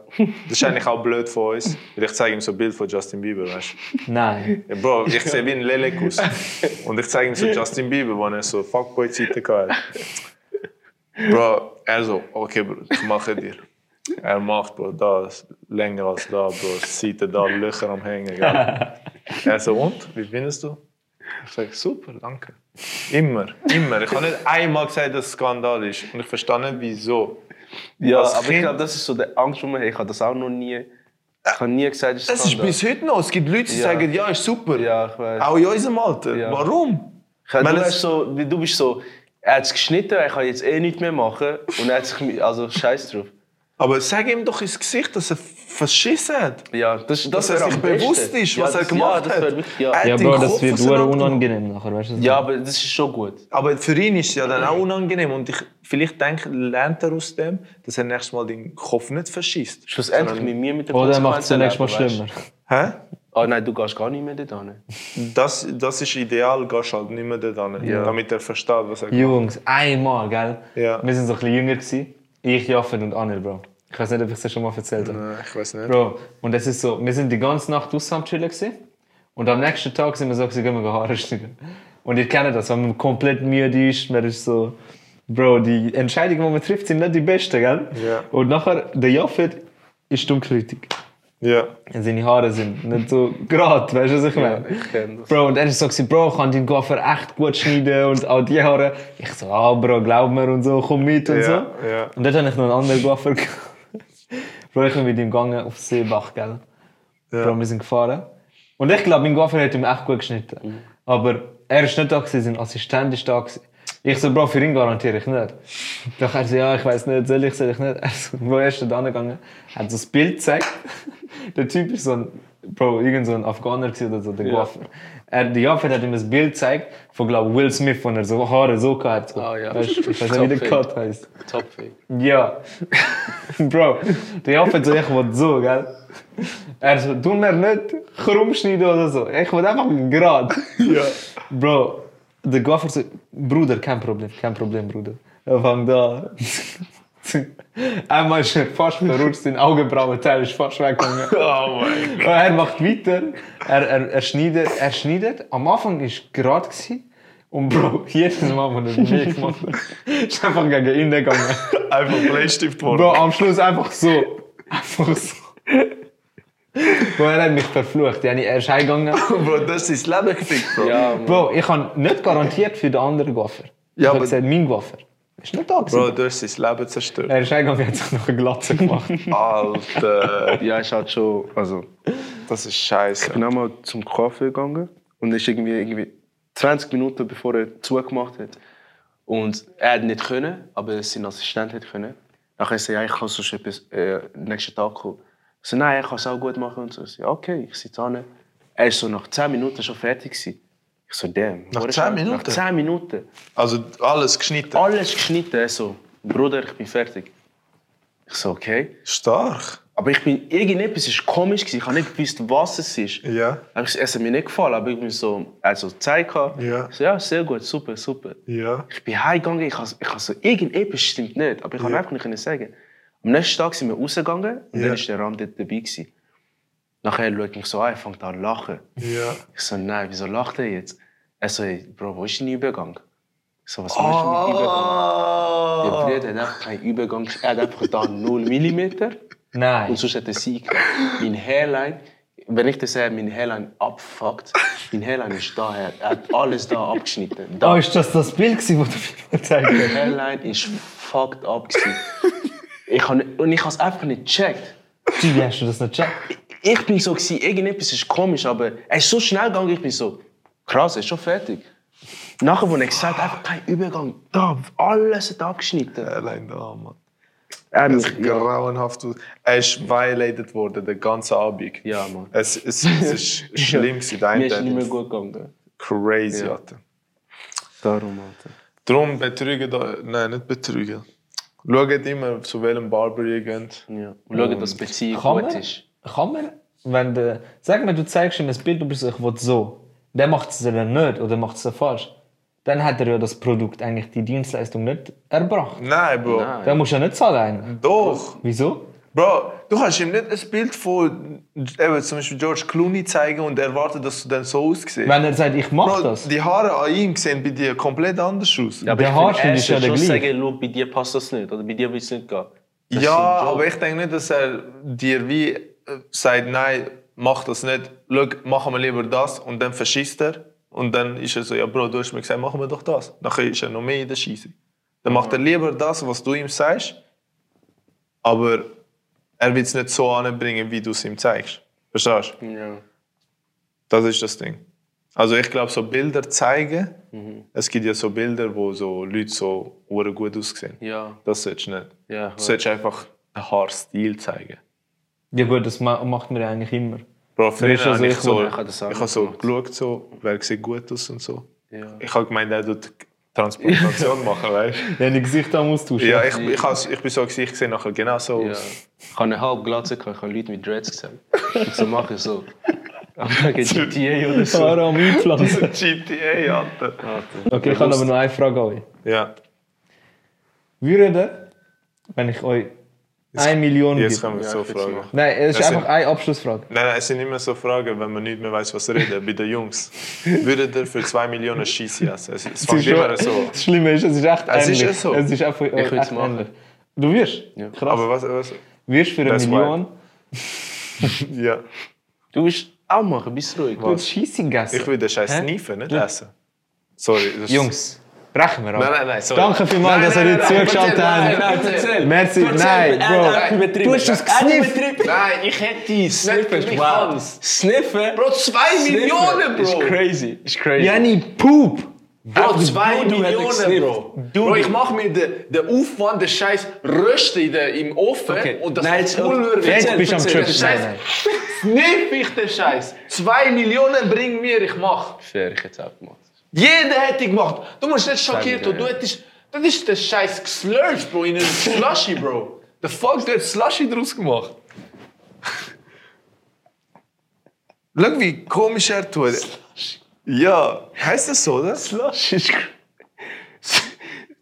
Das ist eigentlich auch blöd von uns, weil ich zeige ihm so ein Bild von Justin Bieber, weißt du?
Nein.
Ja, Bro, ich sehe wie ein Lelekus. Und ich zeige ihm so Justin Bieber, wo er so Fuckboy-Zeiten hatte. Bro, er so, okay, Bro, ich mache dir. Er macht, Bro, das länger als da, Bro, Seite da, Löcher am Hängen. Gell? Er so, und? Wie findest du? Ich sage, super, danke. Immer, immer. Ich habe nicht einmal gesagt, dass es Skandal ist. Und ich verstehe nicht, wieso.
ja,
als
aber ich
Kind-
glaube, das ist so der Angst, die man hat. Ich habe das auch noch nie. Ich habe nie gesagt, es
Es ist
Skandal.
bis heute noch. Es gibt Leute, die
Ja.
sagen, ja, ist super.
Ja, ich weiß.
Auch in unserem Alter.
Ja.
Warum?
Ich hab-
Weil
du,
es-
hast so, wie- du bist so, er hat es geschnitten, er kann jetzt eh nichts mehr machen. Und er hat sich, mi- also scheiß drauf.
Aber sag ihm doch ins Gesicht, dass er verschissen hat.
Ja, das,
Dass
das
er
wär
sich
am besten.
bewusst ist,
Ja,
was er
das-
gemacht
ja, das wär
hat. Äh,
wirklich- ja.
Er hat
Ja,
den
Bro,
Kopf
das wird
auseinander
sehr
gemacht.
unangenehm nachher, weißt du?
Ja, aber das ist schon gut.
Aber für ihn ist es ja dann auch unangenehm. Und ich, vielleicht denkt, lernt er aus dem, dass er nächstes Mal den Kopf nicht verschießt.
Schlussendlich mit mir mit der
Oder er macht es
Konsequenz
Oh, zunächst mal
erleben,
schlimmer.
weißt
Hä?
du? Ah nein, du gehst gar nicht mehr dorthin.
Das, das ist ideal, gehst halt nicht mehr dort hin, damit er versteht, was er gemacht
Jungs, einmal, gell?
Ja.
Wir sind so ein bisschen jünger gewesen. Ich, Jaffen und Anil, Bro. Ich weiß nicht, ob ich es dir schon mal erzählt habe.
hat. Ich weiß nicht.
Bro, und es ist so, wir sind die ganze Nacht draussen am Chillen gewesen. Und am nächsten Tag sind wir so, gewesen, gehen wir Haare schneiden. Und ihr kennt das, wenn man komplett müde ist, man ist so... Bro, die Entscheidungen, die man trifft, sind nicht die besten, gell?
Ja.
Und nachher, der Jaffet ist dunkelhütig.
Ja.
Seine Haare sind nicht so gerade, weißt du, was ich meine?
Ich kenne das.
Bro, und er ist so, gewesen, Bro, ich kann deinen Koffer echt gut schneiden und all die Haare. Ich so, ah, Bro, glaub mir und so, komm mit und
Ja,
so.
ja.
Und dort habe ich noch einen anderen Koffer gehabt. Bro, ich bin mit ihm gegangen auf Seebach, gell? Bro, wir sind gefahren. Und ich glaube, mein Koffer hat ihm echt gut geschnitten.
Mhm.
Aber er ist nicht da, gewesen, sein Assistent ist da. Gewesen. Ich so, Bro, für ihn garantiere ich nicht. Doch er so, ja, ich weiß nicht, soll ich, soll ich nicht. Er so, Bro, er ist da gegangen, hat so das Bild gezeigt. Der Typ ist so ein, Bro, irgend so ein Afghaner gewesen oder so, der Gaffer. Er, der Gaffer hat ihm ein Bild gezeigt von, glaube Will Smith, wo er so Haare so gehabt hat.
Ah, ja.
Weißt, du, ich weiß nicht, wie der
Kopfhörer.
Cut heißt.
Topfig.
Ja. Bro, der Jaffe so, ich will so, gell? Er so, tu mir nicht krumm schneiden oder so. Ich will einfach gerade.
Ja.
Bro, der Gaffer so, Bruder, kein Problem, kein Problem, Bruder. Er fängt da. Einmal ist er fast verrutscht, sein Augenbrauenteil ist fast weggegangen.
Oh mein
Ja, Er macht weiter, er, er, er, schneidet, er schneidet. Am Anfang war es gerade. gewesen. Und Bro, jedes Mal, wenn er den Weg gemacht hat, ist einfach gegen ihn gegangen.
Gott. Einfach Bleistift worden.
Bro, am Schluss einfach so. Einfach so. Bro, er hat mich verflucht. Yani, er ist heimgegangen.
Bro, das ist das Leben gefickt, Bro.
Ja, Mann.
Bro, ich habe nicht garantiert für den anderen Gaffer. Ich
Ja,
habe
aber-
gesagt, mein Gaffer. Ist nicht da
Bro,
gewesen.
das ist das Leben zerstört.
Er ist heimgegangen, hat sich noch eine Glatze gemacht.
Alter.
Ja, ist halt schon, also...
Das ist scheiße.
bin einmal zum Kaffee gegangen und ist irgendwie, irgendwie 20 Minuten bevor er zugemacht hat. Und er hat nicht können, aber sein Assistent hat können. Nachher sagt er, ja, ich kann sonst etwas äh, nächsten Tag kommen. Ich so, nein, ich kann es auch gut machen. Und so, ich so, ja, okay, ich sitze an. Er ist so nach 10 Minuten schon fertig gewesen. Ich so, damn.
Nach
Hure
10
schnell.
Minuten?
Nach 10 Minuten.
Also alles geschnitten.
Alles geschnitten. Er so, Bruder, ich bin fertig. Ich so, okay.
Stark.
Aber ich bin, irgendetwas ist komisch gewesen. Ich habe nicht gewusst, was es ist.
Ja.
Aber es es hat mir nicht gefallen, aber ich bin so, also Zeit gehabt.
Ja.
Ich So, ja, sehr gut, super, super.
Ja.
Ich bin heimgegangen, ich habe ich habe so, irgendetwas stimmt nicht, aber ich konnte einfach nicht können sagen. Am nächsten Tag sind wir rausgegangen und
Ja.
dann war der Ram dort dabei. Gewesen. Nachher schaut mich so an, er fängt an zu lachen.
Ja.
Ich so, nein, wieso lacht er jetzt? Er so, ey, Bro, wo ist dein Übergang? Ich so, was meinst du mit Übergang?
Ah.
Der Bruder hat einfach keinen Übergang, er hat einfach da 0 mm.
Nein.
Und sonst hat er sie gehabt. Mein Hairline, wenn ich das sage, mein Hairline abfuckt. Mein Hairline ist daher. Er hat alles da abgeschnitten.
Oh,
Da.
ist das das Bild, gewesen, das du mir gezeigt hast?
Mein Hairline ist fucked up. gewesen. Ich hab, nicht- und ich habe es einfach nicht gecheckt.
Wie hast du das nicht gecheckt?
Ich bin so, gewesen, irgendetwas ist komisch, aber es ist so schnell gegangen, ich bin so, krass, er ist schon fertig. Nachher, wo er gesagt hat, einfach kein Übergang, da, alles hat abgeschnitten.
Allein da, Mann.
Ähm,
Es ist
ja,
grauenhaft aus. Er ist violated worden, den ganzen Abend.
ja, Mann.
Es, es, es ist schlimm gewesen. Der
Mir
eine
ist nicht mehr
hat
gut gegangen.
crazy. Alter.
Darum, Alter.
Darum betrügen da. Nein, nicht betrügen. Schaut immer, zu welchem Barber ihr geht.
Ja. Und schaut, dass Beziehung
Kann
gut
man,
ist.
kann man, wenn der, sag mal, du zeigst ihm ein Bild, du bist so, ich will so, der macht es dann nicht oder macht es dann falsch, dann hat er ja das Produkt, eigentlich die Dienstleistung nicht erbracht.
Nein, Bro.
Nein.
Dann musst du ja nicht zahlen eigentlich.
Doch.
Wieso?
Bro, du kannst ihm nicht ein Bild von eben, zum Beispiel George Clooney zeigen und erwarten, dass du dann so aussiehst.
Wenn er sagt, ich mach
Bro,
das,
die Haare an ihm sehen bei dir komplett anders aus.
Ja,
Der
ich find,
Haarstil
er
ist ja
soll
der
schon
gleiche.
sagen, schau, bei dir passt das nicht. Oder bei dir will es nicht gehen. Das
Ja,
ist ein Job.
aber ich denke nicht, dass er dir wie äh, sagt, nein, mach das nicht. Schau, machen wir lieber das und dann verschießt er. Und dann ist er so, ja Bro, du hast mir gesagt, machen wir doch das. Nachher ist er noch mehr in der Scheiße. Dann macht er lieber das, was du ihm sagst, aber er will es nicht so anbringen, wie du es ihm zeigst. Verstehst du?
Ja.
Das ist das Ding. Also ich glaube, so Bilder zeigen,
Mhm.
es gibt ja so Bilder, wo so Leute so hure gut aussehen.
Ja,
Das sollst du nicht.
ja.
Du solltest einfach einen Haarstil zeigen.
ja gut, das ma- macht man ja eigentlich immer.
Bro, früher
Weißt du, also
habe ich,
ich
so,
hab-
ich
ich hab das auch
habe so geschaut, so, wer sieht gut aus und so.
Ja.
Ich habe gemeint, er tut Transplantation machen, weißt
Ja, die Gesichter am
du?
Austauschen.
Ja, ich, ich, has- ich bin so, gewesen, ich sehe nachher genau so
ja.
aus.
Ich habe eine halbe Glatze, gehabt, ich habe Leute mit Dreads gesehen. Und so mache ich so. Aber gegen GTA oder so.
Haare am Einpflanzen.
GTA, Alter.
Okay, ich habe aber noch eine Frage an euch.
Ja,
Würdet ihr, wenn ich euch 1 Million
jetzt
gebe?
können wir
Ja,
so
ich will's
fragen.
machen.
Nein, es ist
Das sind-
einfach eine Abschlussfrage.
Nein, nein, es sind immer so Fragen, wenn man nicht mehr weiß, was reden. Bei den Jungs. Würdet ihr für 2 Millionen Scheiße essen? Es, es fängt
ist schon-
immer so.
Das Schlimme ist, es ist echt
Es ist
ähnlich.
ja so.
Es ist einfach,
will's
echt
machen.
ähnlich. Du wirst? Krass.
Aber was, was?
wirst für eine
That's
Million
Ja.
Du bist auch machen, bist ruhig.
gut Scheisse
Ich
gegessen.
würde den Scheiß Sniffen nicht essen. Sorry. das ist-
Jungs, brechen wir ab.
Nein, nein, nein, sorry.
Danke vielmals, dass ihr uns zugeschaut habt. Merci. Nein, Bro. Du hast es gesnifft.
Nein, ich hätte die. Sniffen, wow. Sniffen?
Bro, 2 Millionen,
Ist
Bro.
crazy. Ist crazy.
Jani, Poop.
Bro, 2
Dudu hat
Millionen,
gesnifft.
Bro. Bro, ich mach mir den den Aufwand, den Scheiß Rösten in der- im Ofen
Okay.
Oh,
und das
Nein, jetzt-
Pulver
Jetzt
wird-
Jetzt bist du am
Der
Trip.
Scheiß
Nein, nein.
sniff ich den Scheiß. 2 Millionen bring mir, ich mach.
Fair, ich hätte es auch gemacht.
Jeder hätte gemacht. Du musst nicht schockiert werden.
Danke,
Du hättest. Das ist der Scheiß geslurft, Bro, in einem Slushy, Bro. Der fuck, du hättest Slushy draus gemacht.
Schau, wie komisch er tut. Ja, heißt das so, oder?
Slush ist. gr-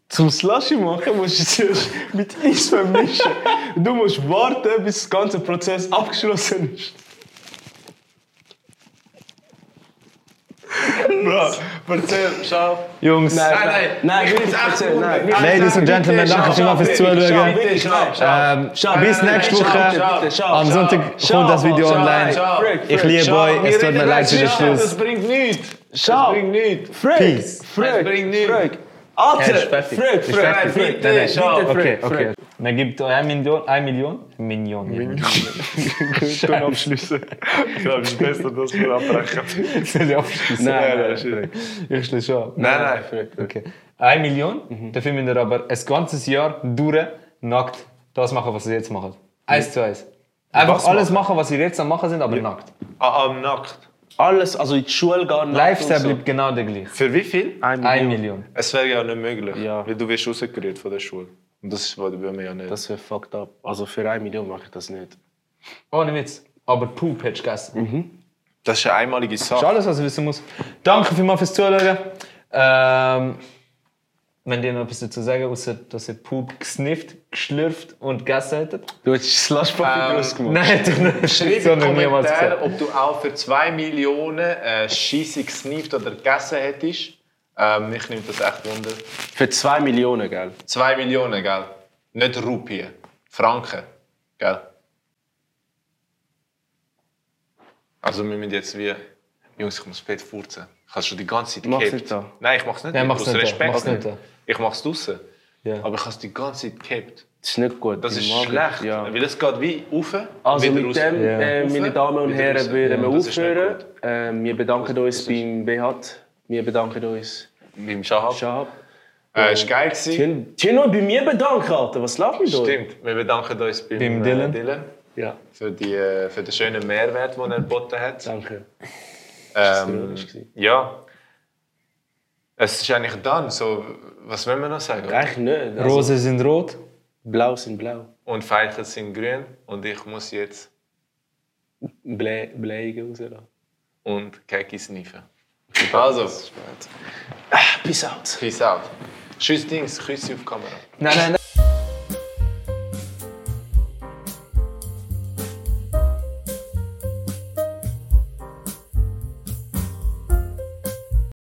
Zum Slushy machen musst du zuerst mit Eis vermischen. Du musst warten, bis der ganze Prozess abgeschlossen ist.
Bro, erzähl, schau.
Jungs.
Nein, nein, ich will nicht erzählen. Nein, nein.
Ladies and Gentlemen, danke vielmals fürs Zuschauen.
Bitte, schau, schau.
Ähm, bis eh, nächste Woche. Am Sonntag kommt das Video online. Ich liebe euch. Es tut mir leid für den Schluss.
bringt nichts. Schau. Das bringt nichts. Frick,
Peace.
Frick,
bringt nichts.
Frick. Alter,
ist fertig.
Frick,
Ist fertig.
Frick, Frick. Nein, nein, schau.
Okay, okay. Dann gibt es 1 Million. 1 Million? Million.
Dann abschließen. Ich glaube, es ist besser, dass wir abbrechen.
Nein, nein,
Ich schließe schon ab.
Nein, nein.
Okay. 1 Million, dafür müsst ihr aber ein ganzes Jahr durch nackt das machen, was ihr jetzt macht. Eins zu eins. Einfach
Was
alles machen, was ihr jetzt am machen sind, aber nackt.
Ah, Am Nacht.
Alles, also in die Schule gehen.
Lifestyle bleibt genau der gleiche.
Für wie viel?
1 Million.
Es wäre ja nicht möglich.
Ja.
Weil du wirst rausgerührt von der Schule. Und das wollen wir ja nicht.
Das wäre fucked up. Also für 1 Million mache ich das nicht.
Ohne Witz. Aber Poop hättest du gegessen.
Das ist eine einmalige
Das
Sache.
ist alles, was ich wissen muss. Danke vielmals fürs Zuhören. Ähm, wenn ihr noch etwas dazu sagen, außer dass ihr Poop gesnifft, geschlürft und gegessen hättet.
Du hast Slushpuppy draus gemacht.
Nein, hätte ich nicht.
Schreib
So
in
habe
die
ich niemals
Kommentare,
gesagt.
ob du auch für 2 Millionen äh, Scheisse gesnifft oder gegessen hättest. Ähm, ich nehme das echt wunder.
Für 2 Millionen, gell?
2 Millionen, gell? Nicht Rupien. Franken. Gell? Also wir müssen jetzt wie... Jungs, ich muss fett furzen. Ich habe schon die ganze Zeit
Mach's
gehabt.
nicht da.
Nein, ich mach's nicht.
Nein,
mit,
mach's
aus
nicht da.
Respekt.
Mach's nicht da.
Ich mach's draussen.
Ja.
Aber ich habe die ganze Zeit gehabt.
Das ist nicht gut.
Das
Im
ist
Magen.
schlecht.
Ja.
Weil es geht wie rauf,
Also
wieder
mit
raus.
dem,
Ja.
äh,
Raus,
meine Damen und
wieder
Herren,
raus.
würden wir
Ja, das ist nicht
aufhören. Ähm, wir bedanken uns beim Behat. Wir bedanken uns.
Mit dem Schahab.
Schab.
Äh, ist geil gewesen.
Tja, nur bei mir bedanken, Alter. Was läuft mit euch?
Stimmt, wir bedanken uns beim,
Beim
äh,
Dylan.
Ja.
für, die, äh, für den schönen Mehrwert, den er geboten hat.
Danke.
Ähm,
Das war
ja. Es ist eigentlich dann so, was wollen wir noch sagen?
Eigentlich nicht. Also,
Rosen sind rot.
Blau sind blau.
Und Veilchen sind grün und ich muss jetzt
Blä, Bläige rauslassen.
und Keki sniffen. Also,
Peace out.
peace out. Tschüss Dings, Küsse auf die Kamera.
Nein, nein, nein.